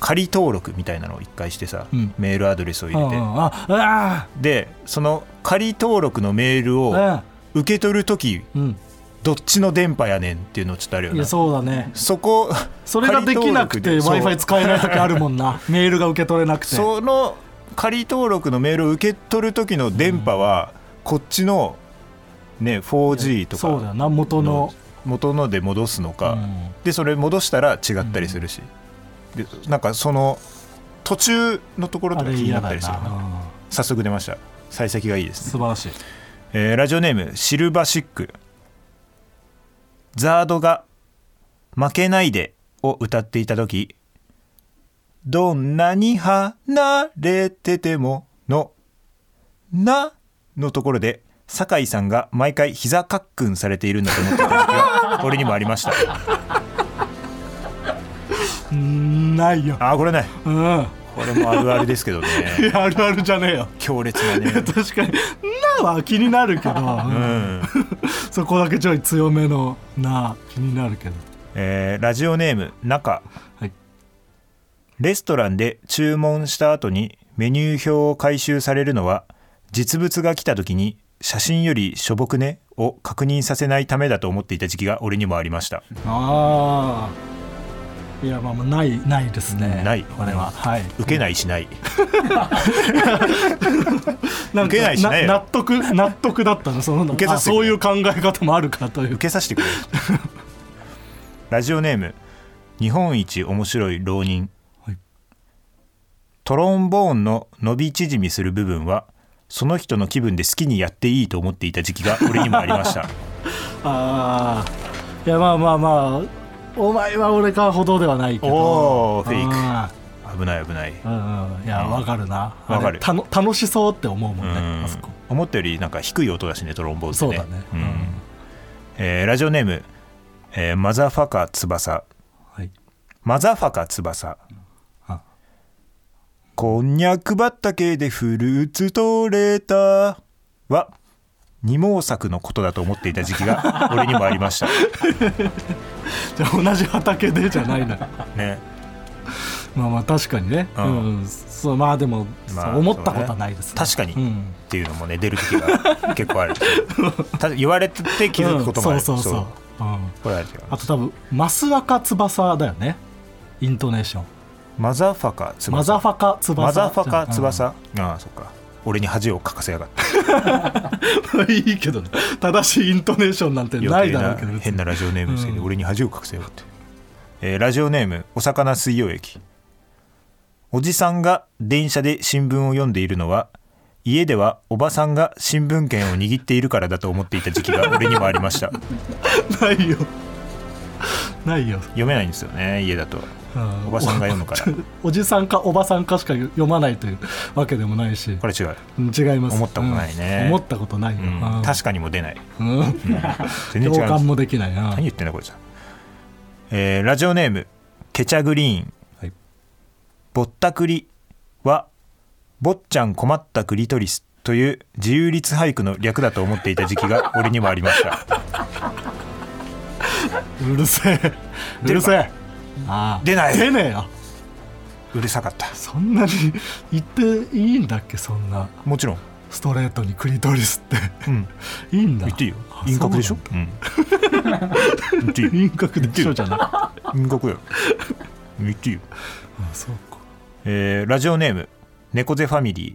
[SPEAKER 2] 仮登録みたいなのを一回してさ、
[SPEAKER 3] うん
[SPEAKER 2] メールアドレスを
[SPEAKER 3] う
[SPEAKER 2] 入れて、
[SPEAKER 3] んああ
[SPEAKER 2] でその仮登録のメールを
[SPEAKER 3] あ
[SPEAKER 2] 受け取る時
[SPEAKER 3] うん、
[SPEAKER 2] どっちの電波やねんっていうのちょっとあるよ
[SPEAKER 3] いや
[SPEAKER 2] なそ
[SPEAKER 3] そうだね
[SPEAKER 2] こ
[SPEAKER 3] それができなくて w
[SPEAKER 2] 仮
[SPEAKER 3] i
[SPEAKER 2] 登録
[SPEAKER 3] f i
[SPEAKER 2] で
[SPEAKER 3] 使えない時あるもん [LAUGHS] なメールが受け取れなくて
[SPEAKER 2] そうその仮登録のメールを受け取る時の電波は、こっちの、ね、4G と
[SPEAKER 3] そうだよ
[SPEAKER 2] か
[SPEAKER 3] な元の
[SPEAKER 2] 元ので戻すのか、
[SPEAKER 3] うん
[SPEAKER 2] でそれ戻したら違ったりするし、でなんかその途中のところ
[SPEAKER 3] あ
[SPEAKER 2] とか
[SPEAKER 3] れ
[SPEAKER 2] 気にな
[SPEAKER 3] 嫌
[SPEAKER 2] っ
[SPEAKER 3] だ
[SPEAKER 2] た
[SPEAKER 3] よ
[SPEAKER 2] りするよな
[SPEAKER 3] な、うん
[SPEAKER 2] 早速出ました幸先がいいですね
[SPEAKER 3] 素晴らしい
[SPEAKER 2] えーラジオネームシルバシックザードが「負けないで」を歌っていた時「どんなに離れてても」の「な」のところで酒井さんが毎回膝かっくんされているんだと思ってた時が俺にもありました
[SPEAKER 3] うんないよ、
[SPEAKER 2] あーこれね
[SPEAKER 3] うん [LAUGHS]
[SPEAKER 2] これもあるあるですけどね
[SPEAKER 3] いやあるあるじゃねえよ
[SPEAKER 2] [LAUGHS]
[SPEAKER 3] [LAUGHS]
[SPEAKER 2] 強烈なね
[SPEAKER 3] 確かに「な」は気になるけど、
[SPEAKER 2] うん
[SPEAKER 3] そこだけちょい強めの「な」気になるけど
[SPEAKER 2] えーラジオネーム中、
[SPEAKER 3] はい
[SPEAKER 2] レストランで注文した後にメニュー表を回収されるのは実物が来た時に写真よりしょぼくねを確認させないためだと思っていた時期が俺にもありました
[SPEAKER 3] ああいやまあまあないないですね
[SPEAKER 2] ない
[SPEAKER 3] これははい
[SPEAKER 2] 受けないしない
[SPEAKER 3] なんか
[SPEAKER 2] 受けないしね
[SPEAKER 3] 納得納得だったのその
[SPEAKER 2] 受けさ
[SPEAKER 3] あ
[SPEAKER 2] せてく
[SPEAKER 3] そ
[SPEAKER 2] れ
[SPEAKER 3] ういう考え方もあるかという
[SPEAKER 2] 受けさせ
[SPEAKER 3] [LAUGHS]
[SPEAKER 2] てくれラジオネーム日本一面白い浪人、
[SPEAKER 3] はい
[SPEAKER 2] トロンボーンの伸び縮みする部分はその人の気分で好きにやっていいと思っていた時期が俺にもありま
[SPEAKER 3] [LAUGHS]
[SPEAKER 2] した
[SPEAKER 3] ああいやまあまあまあお前は俺かほどではないけど
[SPEAKER 2] おーフェイク
[SPEAKER 3] あ
[SPEAKER 2] 危ない危ない
[SPEAKER 3] ーうんうんいや
[SPEAKER 2] うん
[SPEAKER 3] わかるな
[SPEAKER 2] わかる
[SPEAKER 3] あれたの楽しそうって思うもんね
[SPEAKER 2] うん
[SPEAKER 3] あそこ
[SPEAKER 2] 思ったよりなんか低い音だしねトロンボーンって
[SPEAKER 3] そうだね
[SPEAKER 2] う
[SPEAKER 3] うんん
[SPEAKER 2] えーラジオネーム、えーマザファカ翼
[SPEAKER 3] はい
[SPEAKER 2] マザファカ翼
[SPEAKER 3] あ
[SPEAKER 2] こんにゃく畑でフルーツ取れたは二毛作のことだと思っていた時期
[SPEAKER 3] [LAUGHS]
[SPEAKER 2] が俺にもありました
[SPEAKER 3] じゃあ同じ畑でじゃない
[SPEAKER 2] [LAUGHS]
[SPEAKER 3] の
[SPEAKER 2] ね
[SPEAKER 3] まあまあ確かにね
[SPEAKER 2] う
[SPEAKER 3] うんんそうまあでも
[SPEAKER 2] まあ
[SPEAKER 3] そう思ったことはないですね
[SPEAKER 2] 確かにっ
[SPEAKER 3] うん
[SPEAKER 2] ていうのもね出る時が結構
[SPEAKER 3] [LAUGHS]
[SPEAKER 2] あるた言われて気づくこともある、
[SPEAKER 3] うんそうそうそううん
[SPEAKER 2] これあるよ
[SPEAKER 3] あと多分マスワカ翼だよねイントネーション
[SPEAKER 2] マザファカ翼
[SPEAKER 3] マザファカ翼
[SPEAKER 2] マザファカ
[SPEAKER 3] うん
[SPEAKER 2] 翼、ああそっか俺に恥をかかせやがった
[SPEAKER 3] いいけどね正しいイントネーションなんてないだろうけ
[SPEAKER 2] 余計
[SPEAKER 3] ど
[SPEAKER 2] な
[SPEAKER 3] 別
[SPEAKER 2] 変
[SPEAKER 3] に
[SPEAKER 2] なラジオネームですけど、
[SPEAKER 3] うん
[SPEAKER 2] 俺に恥をかかせやがって、えーラジオネームお魚水溶液おじさんが電車で新聞を読んでいるのは家ではおばさんが新聞券を握っているからだと思っていた時期
[SPEAKER 3] [LAUGHS]
[SPEAKER 2] が俺にもありました
[SPEAKER 3] ないよないよ、
[SPEAKER 2] 読めないんですよね家だと
[SPEAKER 3] う
[SPEAKER 2] おばさんが読む
[SPEAKER 3] [LAUGHS]
[SPEAKER 2] から
[SPEAKER 3] おじさんかおばさんかしか読まないというわけでもないし
[SPEAKER 2] これ違う、
[SPEAKER 3] うん違います
[SPEAKER 2] 思ったことないね
[SPEAKER 3] うん思ったことないよ、
[SPEAKER 2] うん
[SPEAKER 3] うん
[SPEAKER 2] 確かにも出ない
[SPEAKER 3] うん
[SPEAKER 2] 全然違うん
[SPEAKER 3] 共
[SPEAKER 2] です
[SPEAKER 3] 感もできないな
[SPEAKER 2] 何言ってんだこいつ、えーラジオネームケチャグリーン、
[SPEAKER 3] はい
[SPEAKER 2] ぼったくりは坊っちゃん困ったクリトリスという自由律俳句の略だと思っていた時期が俺にもありました
[SPEAKER 3] うるせえうるせえああ
[SPEAKER 2] 出ない
[SPEAKER 3] 出ねえよ
[SPEAKER 2] うるさかった
[SPEAKER 3] そんなに言っていいんだっけそんな
[SPEAKER 2] もちろん、
[SPEAKER 3] ストレートにクリトリスって
[SPEAKER 2] うん、
[SPEAKER 3] いいんだ
[SPEAKER 2] 言っていいよ
[SPEAKER 3] あ
[SPEAKER 2] 陰角でしょ
[SPEAKER 3] そう
[SPEAKER 2] うん言っていいよ
[SPEAKER 3] なんだ輪郭でしょじゃなくて
[SPEAKER 2] 陰角よ言っていいよ
[SPEAKER 3] あそうか
[SPEAKER 2] えーラジオネーム猫背ファミリー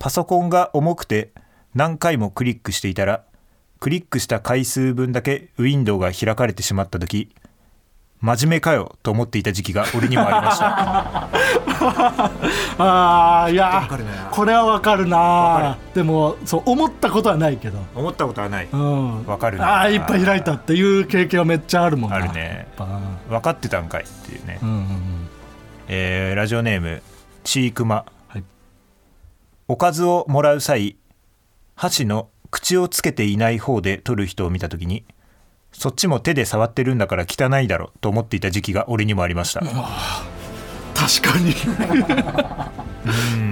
[SPEAKER 2] パソコンが重くて何回もクリックしていたらクリックした回数分だけウィンドウが開かれてしまった時真面目かよと思っていた時期が俺にもありました
[SPEAKER 3] あーいや
[SPEAKER 2] かるな
[SPEAKER 3] これはわかる
[SPEAKER 2] わ
[SPEAKER 3] なでもそう思ったことはないけど
[SPEAKER 2] [LAUGHS] 思ったことはない
[SPEAKER 3] うん
[SPEAKER 2] わかるな
[SPEAKER 3] ああいっぱい開いたっていう経験はめっちゃあるもんな
[SPEAKER 2] あるね
[SPEAKER 3] やっぱ
[SPEAKER 2] 分かってたんかいっていうね、
[SPEAKER 3] うんうんうん
[SPEAKER 2] えーラジオネームちーくま、
[SPEAKER 3] はい
[SPEAKER 2] おかずをもらう際箸の口をつけていない方で取る人を見た時にそっちも手で触ってるんだから汚いだろと思っていた時期が俺にもありました
[SPEAKER 3] 確かに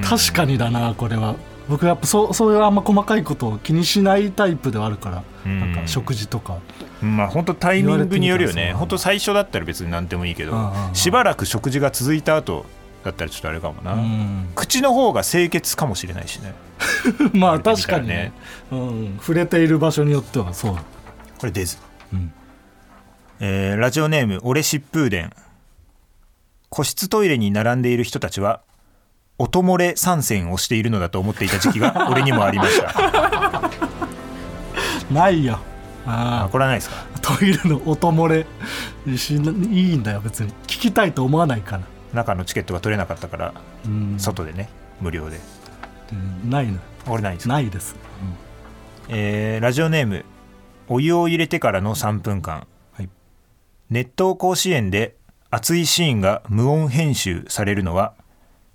[SPEAKER 3] 確かにだなこれは僕やっぱそうそういうあんま細かいことを気にしないタイプではあるから
[SPEAKER 2] うん
[SPEAKER 3] なんか食事とか
[SPEAKER 2] まあ本当タイミングによるよ
[SPEAKER 3] 言われてみた
[SPEAKER 2] ね
[SPEAKER 3] らそう
[SPEAKER 2] 本当最初だったら別に何でもいいけど
[SPEAKER 3] うんうんうん
[SPEAKER 2] しばらく食事が続いた後だったらちょっとあれかもな、
[SPEAKER 3] うん
[SPEAKER 2] 口の方が清潔かもしれないしね
[SPEAKER 3] [LAUGHS] ま
[SPEAKER 2] 言われ
[SPEAKER 3] あ
[SPEAKER 2] てみ
[SPEAKER 3] 確
[SPEAKER 2] た
[SPEAKER 3] からに
[SPEAKER 2] ね
[SPEAKER 3] ね、うん、触れている場所によってはそう
[SPEAKER 2] これ出ず、
[SPEAKER 3] うん
[SPEAKER 2] えーラジオネーム俺疾風伝個室トイレに並んでいる人たちは音漏れ参戦をしているのだと思っていた時期
[SPEAKER 3] [LAUGHS]
[SPEAKER 2] が俺にもありました
[SPEAKER 3] ないよ
[SPEAKER 2] あ
[SPEAKER 3] あ
[SPEAKER 2] これはないですか
[SPEAKER 3] あトイレの音漏れしないいんだよ別に聞きたいと思わないから、
[SPEAKER 2] 中のチケットが取れなかったから
[SPEAKER 3] うん
[SPEAKER 2] 外でね無料で
[SPEAKER 3] うんないの
[SPEAKER 2] 俺ないですか、
[SPEAKER 3] ないです
[SPEAKER 2] えーラジオネームお湯を入れてからの3分間、
[SPEAKER 3] はい
[SPEAKER 2] 熱湯甲子園で熱いシーンが無音編集されるのは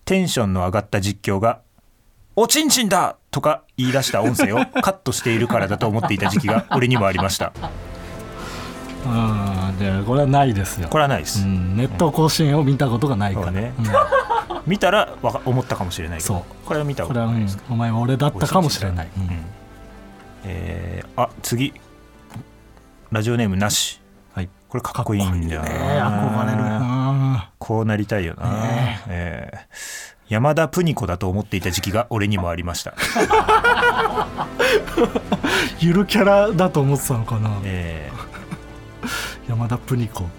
[SPEAKER 2] テンションの上がった実況が「おちんちんだ!」とか言い出した音声をカットしているからだと思っていた時期が俺にもありました
[SPEAKER 3] うんでこれはないですよ
[SPEAKER 2] これはないで
[SPEAKER 3] う
[SPEAKER 2] す、
[SPEAKER 3] ん、ネット甲子園を見たことがないから、
[SPEAKER 2] そうね
[SPEAKER 3] うん
[SPEAKER 2] 見たらわか思ったかもしれないけど
[SPEAKER 3] そう
[SPEAKER 2] これは見たこ
[SPEAKER 3] ことれは、う
[SPEAKER 2] ない
[SPEAKER 3] ん
[SPEAKER 2] ですか、
[SPEAKER 3] お前は俺だったかもしれない、うん
[SPEAKER 2] えーあ次ラジオネームなし、
[SPEAKER 3] はい
[SPEAKER 2] これかっこいいんだよ
[SPEAKER 3] えー憧れる
[SPEAKER 2] な
[SPEAKER 3] な
[SPEAKER 2] こうなりたいよな、えー山田プニコだと思っていた時期が俺にもありました、
[SPEAKER 3] ゆるキャラだと思ってたのかな
[SPEAKER 2] えー
[SPEAKER 3] 山田プニコ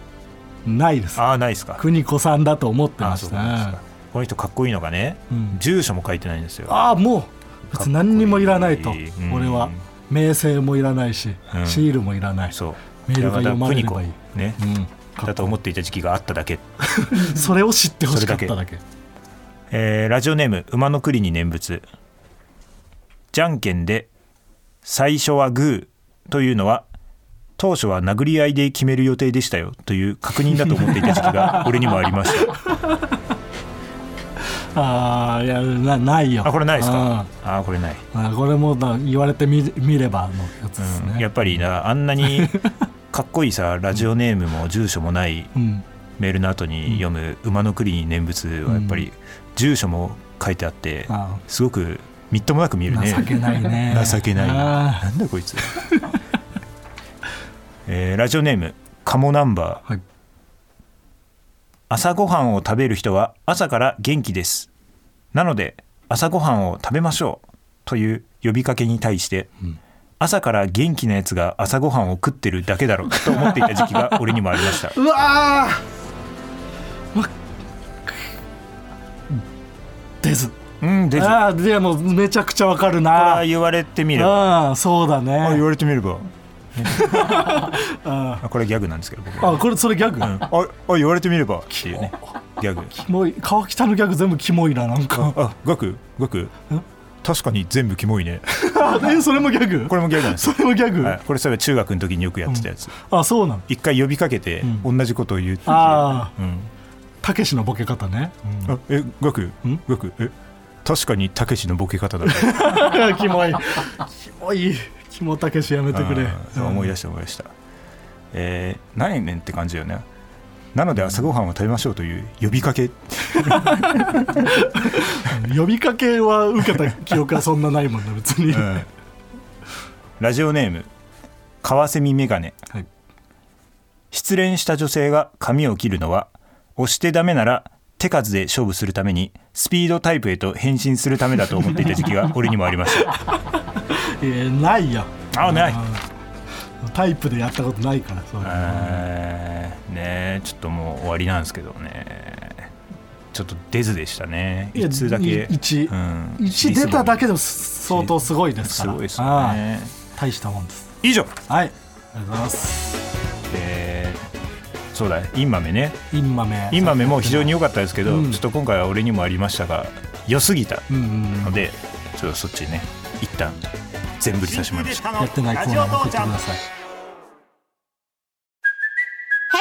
[SPEAKER 3] ないです
[SPEAKER 2] ああないですか
[SPEAKER 3] 邦子さんだと思って
[SPEAKER 2] あ
[SPEAKER 3] ま
[SPEAKER 2] ーそ
[SPEAKER 3] し
[SPEAKER 2] うなんです
[SPEAKER 3] た
[SPEAKER 2] かこの人かっこいいのがね、
[SPEAKER 3] うん
[SPEAKER 2] 住所も書いてないんですよ
[SPEAKER 3] ああもう別に何にもいらないと
[SPEAKER 2] かっこいいうん
[SPEAKER 3] 俺は名声もいらないし、
[SPEAKER 2] うん
[SPEAKER 3] シールもいらない
[SPEAKER 2] そう
[SPEAKER 3] メールが読まれれ
[SPEAKER 2] 山
[SPEAKER 3] ば
[SPEAKER 2] 田
[SPEAKER 3] いい
[SPEAKER 2] 邦子ね、
[SPEAKER 3] うん
[SPEAKER 2] だと思っていた時期があっただけ、
[SPEAKER 3] それを知ってほしかった
[SPEAKER 2] それ
[SPEAKER 3] だけ
[SPEAKER 2] えーラジオネーム馬の栗に念仏じゃんけんで最初はグーというのは当初は殴り合いで決める予定でしたよという確認だと思っていた時期
[SPEAKER 3] [LAUGHS]
[SPEAKER 2] が俺にもありました
[SPEAKER 3] ああいやなないよ
[SPEAKER 2] あこれないですかあーこれない、
[SPEAKER 3] うんあこれもな言われてみ見ればのやつです
[SPEAKER 2] うんや
[SPEAKER 3] ね
[SPEAKER 2] っぱりなあんなにかっこいいさラジオネームも住所もない
[SPEAKER 3] うん
[SPEAKER 2] メールの後に読む「馬の栗に念仏」はやっぱり住所も書いてあって
[SPEAKER 3] あ
[SPEAKER 2] すごくみっともなく見えるね
[SPEAKER 3] 情けないね
[SPEAKER 2] 情けない
[SPEAKER 3] あ
[SPEAKER 2] なんだこいつ [LAUGHS] えーラジオネームカモナンバー、
[SPEAKER 3] はい
[SPEAKER 2] 朝ごはんを食べる人は朝から元気ですなので朝ごはんを食べましょうという呼びかけに対して、朝から元気なやつが朝ごはんを食ってるだけだろう [LAUGHS] と思っていた時期が俺にもありました
[SPEAKER 3] ーうわーまです
[SPEAKER 2] うんでこれ
[SPEAKER 3] ああでもめちゃくちゃわかるな
[SPEAKER 2] は言われてみれば
[SPEAKER 3] ああそうだね
[SPEAKER 2] あ言われてみれ
[SPEAKER 3] [LAUGHS]
[SPEAKER 2] ばあこれギャグなんですけど僕は
[SPEAKER 3] あこれそれギャグ、
[SPEAKER 2] うんああ言われてみればっていうねギャグ
[SPEAKER 3] もう川北のギャグ全部キモいなな
[SPEAKER 2] [LAUGHS]
[SPEAKER 3] んか
[SPEAKER 2] あガクガク確かに全部キモいね
[SPEAKER 3] あえそれもギャグ
[SPEAKER 2] これもギャグなんです
[SPEAKER 3] そ
[SPEAKER 2] よ、
[SPEAKER 3] れもギャグ、
[SPEAKER 2] はい、これそういえば中学の時によくやってたやつ、
[SPEAKER 3] あそうなの
[SPEAKER 2] 一回呼びかけて同じことを言うっていう、
[SPEAKER 3] ああ
[SPEAKER 2] うん
[SPEAKER 3] たけしのボケ方ね、
[SPEAKER 2] あえガクガクえ確かにたけしのボケ方だね
[SPEAKER 3] [LAUGHS] キモいキモいキモたけしやめてくれ
[SPEAKER 2] あー思い出した思い出したえー、何やねんって感じよねなので朝ごはんを食べましょうという呼びかけ
[SPEAKER 3] 呼びかけは受けた記憶はそんなないもんな別に、
[SPEAKER 2] うんラジオネームカワセミメガネ、
[SPEAKER 3] はい
[SPEAKER 2] 失恋した女性が髪を切るのは押してダメなら手数で勝負するためにスピードタイプへと変身するためだと思っていた時期
[SPEAKER 3] [LAUGHS]
[SPEAKER 2] が俺にもありました
[SPEAKER 3] えーないやん
[SPEAKER 2] あない
[SPEAKER 3] タイプでやったことないからそう
[SPEAKER 2] えーねえちょっともう終わりなんですけどねちょっと出ずでしたね
[SPEAKER 3] いや
[SPEAKER 2] 一通だけ
[SPEAKER 3] い一
[SPEAKER 2] うん
[SPEAKER 3] 1出ただけでも相当すごいです
[SPEAKER 2] す
[SPEAKER 3] から
[SPEAKER 2] ごいです
[SPEAKER 3] ああ
[SPEAKER 2] ね
[SPEAKER 3] 大したもんです
[SPEAKER 2] 以上
[SPEAKER 3] はいありがとうございます
[SPEAKER 2] えーそうだインマメね
[SPEAKER 3] インマメ
[SPEAKER 2] インマメも非常に良かったですけど、
[SPEAKER 3] うん
[SPEAKER 2] ちょっと今回は俺にもありましたが良すぎた
[SPEAKER 3] うんうんうん
[SPEAKER 2] ので、ちょっとそっちね一旦全振りさせてもらいました
[SPEAKER 3] やってないコーナーも送ってください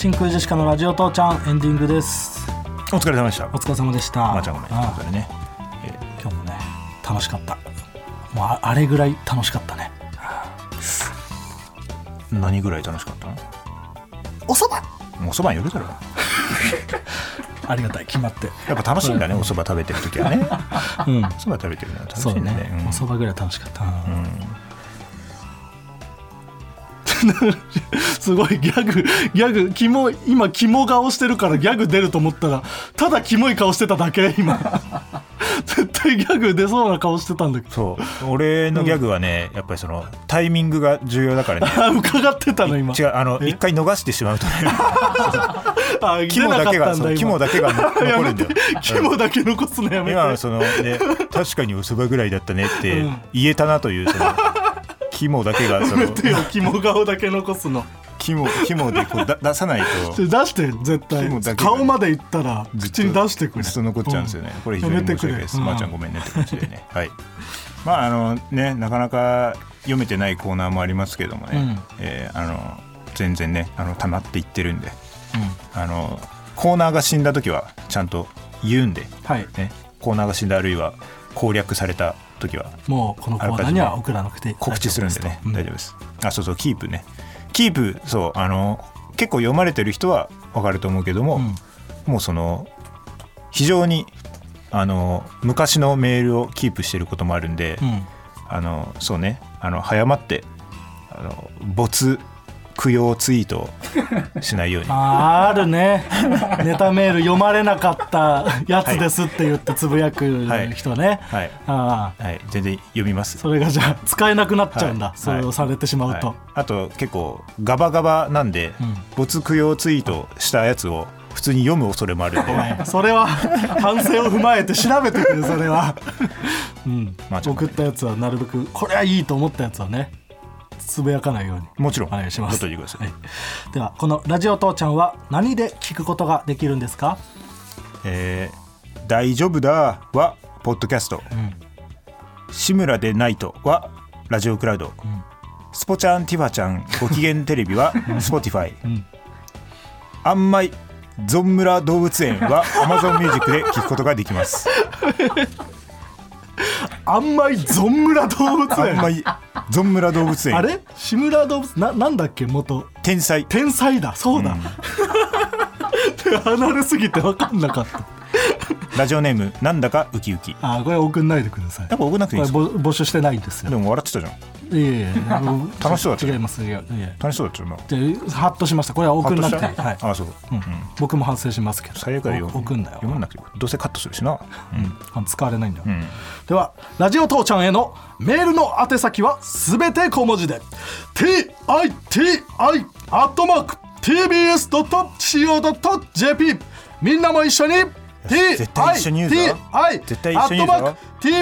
[SPEAKER 3] 真空ジェシカのラジオ父ちゃんエンディングです
[SPEAKER 2] お疲れ様でした
[SPEAKER 3] お疲れ様でした
[SPEAKER 2] まーちゃんごめん
[SPEAKER 3] ああ
[SPEAKER 2] お疲れね
[SPEAKER 3] 今日もね楽しかったもうああれぐらい楽しかったね
[SPEAKER 2] 何ぐらい楽しかったの
[SPEAKER 3] おそば
[SPEAKER 2] もうおそばによるだろ
[SPEAKER 3] ありがたい決まって
[SPEAKER 2] やっぱ楽しいんだね、おそば食べてる
[SPEAKER 3] [LAUGHS]
[SPEAKER 2] 時はねおそば食べてるのは楽し
[SPEAKER 3] そう
[SPEAKER 2] いんだ
[SPEAKER 3] ね
[SPEAKER 2] ねうん
[SPEAKER 3] おそばぐらい楽しかった、すごいギャグギャグキモい今キモ顔してるからギャグ出ると思ったらただキモい顔してただけ [LAUGHS] 今絶対ギャグ出そうな顔してたんだけど
[SPEAKER 2] そう俺のギャグはねやっぱりそのタイミングが重要だからね
[SPEAKER 3] あ伺ってたの今
[SPEAKER 2] 違うあの
[SPEAKER 3] え
[SPEAKER 2] 一回逃してしまうとね
[SPEAKER 3] [LAUGHS] あ出
[SPEAKER 2] 肝
[SPEAKER 3] な
[SPEAKER 2] だ
[SPEAKER 3] かっ
[SPEAKER 2] けが
[SPEAKER 3] たん
[SPEAKER 2] そ
[SPEAKER 3] だ
[SPEAKER 2] う肝
[SPEAKER 3] 今
[SPEAKER 2] だけ
[SPEAKER 3] [LAUGHS]
[SPEAKER 2] が残
[SPEAKER 3] や
[SPEAKER 2] 残る
[SPEAKER 3] め
[SPEAKER 2] んだよ
[SPEAKER 3] て肝だけ残すのやめ
[SPEAKER 2] 今
[SPEAKER 3] て
[SPEAKER 2] はそのね確かにおそばぐらいだったねって言えたなというその肝だけがそ
[SPEAKER 3] やめ
[SPEAKER 2] の
[SPEAKER 3] てよ肝顔だけ残すの
[SPEAKER 2] 肝肝でこうだ出さない
[SPEAKER 3] ちょ
[SPEAKER 2] と
[SPEAKER 3] 出して絶
[SPEAKER 2] 肝
[SPEAKER 3] 対
[SPEAKER 2] だけが
[SPEAKER 3] 顔までいったら [LAUGHS] 口に出してくれ
[SPEAKER 2] ずっと残っちゃうんですよね、これ非常
[SPEAKER 3] や
[SPEAKER 2] に
[SPEAKER 3] め
[SPEAKER 2] 申
[SPEAKER 3] て
[SPEAKER 2] し
[SPEAKER 3] く
[SPEAKER 2] 訳
[SPEAKER 3] れ
[SPEAKER 2] ないです、
[SPEAKER 3] うん
[SPEAKER 2] まーちゃんごめんねって感じでねはいまああのねなかなか読めてないコーナーもありますけどもね、えーあの全然ねあの溜まっていってるんで、あのコーナーが死んだ時はちゃんと言うんで、
[SPEAKER 3] はい
[SPEAKER 2] ね、コーナーが死んだあるいは攻略された時は
[SPEAKER 3] もうこのコーナーには送らなくて
[SPEAKER 2] 告知するんでね
[SPEAKER 3] うん
[SPEAKER 2] 大丈夫です、あそうそうキープねキープそうあの結構読まれてる人は分かると思うけども、もうその非常にあの昔のメールをキープしてることもあるんで、
[SPEAKER 3] うん
[SPEAKER 2] あのそうねあの早まってあの没供養ツイートをしないように
[SPEAKER 3] あーあるね [LAUGHS] ネタメール読まれなかったやつですって言ってつぶやく人ね、
[SPEAKER 2] はい、
[SPEAKER 3] ああ
[SPEAKER 2] はい、全然読みます
[SPEAKER 3] それがじゃあ使えなくなっちゃうんだ、
[SPEAKER 2] はい
[SPEAKER 3] それをされてしまうと、
[SPEAKER 2] はいあと結構ガバガバなんで、没供養ツイートしたやつを普通に読む恐れもあるんで、
[SPEAKER 3] はいそれは反省を踏まえて調べてくれそれは、うん
[SPEAKER 2] まあちょっと
[SPEAKER 3] 送っ
[SPEAKER 2] ね
[SPEAKER 3] たやつはなるべくこれはいいと思ったやつはねつぶやかないように
[SPEAKER 2] もちろん
[SPEAKER 3] お願いします
[SPEAKER 2] 取ってください
[SPEAKER 3] はいではこの「ラジオ父ちゃん」は何で聞くことができるんですか
[SPEAKER 2] えー大丈夫だ」はポッドキャスト「志村でないと」はラジオクラウド、スポちゃんティファちゃんご機嫌テレビはスポティファイ、あんまいゾンムラ動物園
[SPEAKER 3] [LAUGHS]
[SPEAKER 2] はアマゾンミュージックで聞くことができます
[SPEAKER 3] あんまりゾンムラ動物
[SPEAKER 2] あん
[SPEAKER 3] 園
[SPEAKER 2] まいゾンムラ動物園
[SPEAKER 3] あれ志村動物ななんだっけ元
[SPEAKER 2] 天才
[SPEAKER 3] 天才だそうだ、 [LAUGHS] 離れすぎて分かんなかった
[SPEAKER 2] ラジオネームなんだかウキウキ
[SPEAKER 3] あーこれ送んないでください
[SPEAKER 2] なんか多くなくていいで
[SPEAKER 3] これ
[SPEAKER 2] すか
[SPEAKER 3] ぼ募集してないんです
[SPEAKER 2] で
[SPEAKER 3] よ
[SPEAKER 2] も笑ってたじゃん
[SPEAKER 3] いえいえ
[SPEAKER 2] 楽しそうだった
[SPEAKER 3] 違いますいやいや
[SPEAKER 2] 楽しそうだったよな
[SPEAKER 3] でハッとしましたこれは
[SPEAKER 2] ハ
[SPEAKER 3] 送
[SPEAKER 2] ッ
[SPEAKER 3] ん
[SPEAKER 2] と
[SPEAKER 3] な
[SPEAKER 2] し
[SPEAKER 3] く
[SPEAKER 2] た
[SPEAKER 3] ていい、はい、
[SPEAKER 2] あそう、うん
[SPEAKER 3] 僕も反省しますけど
[SPEAKER 2] 最悪だよ
[SPEAKER 3] お送んなよ
[SPEAKER 2] 読まなくていいどうせカットするしな、うん
[SPEAKER 3] あ使われないんだよ、
[SPEAKER 2] ん
[SPEAKER 3] ではラジオ父ちゃんへのメールの宛先はすべて小文字で TITI.tbs.co.jp みんなも一緒に TITI
[SPEAKER 2] 絶対一緒に言うぞ絶対一緒に言うぞ絶対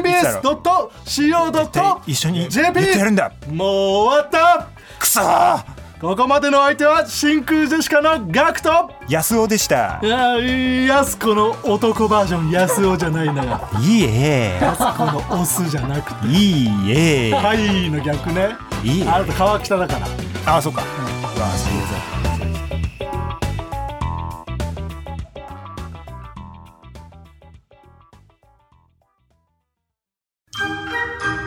[SPEAKER 2] 一緒に言ってやるん
[SPEAKER 3] tbs.co.jp
[SPEAKER 2] だ
[SPEAKER 3] もう終わった
[SPEAKER 2] くそー
[SPEAKER 3] ここまでの相手は真空ジェシカのガクト
[SPEAKER 2] 安尾でした
[SPEAKER 3] いややすこの男バージョンやすおじゃないんだよ
[SPEAKER 2] いいえ
[SPEAKER 3] このオスじゃなくて
[SPEAKER 2] いいえ
[SPEAKER 3] はいの逆ね
[SPEAKER 2] いいね
[SPEAKER 3] あなた川北だから
[SPEAKER 2] あそうか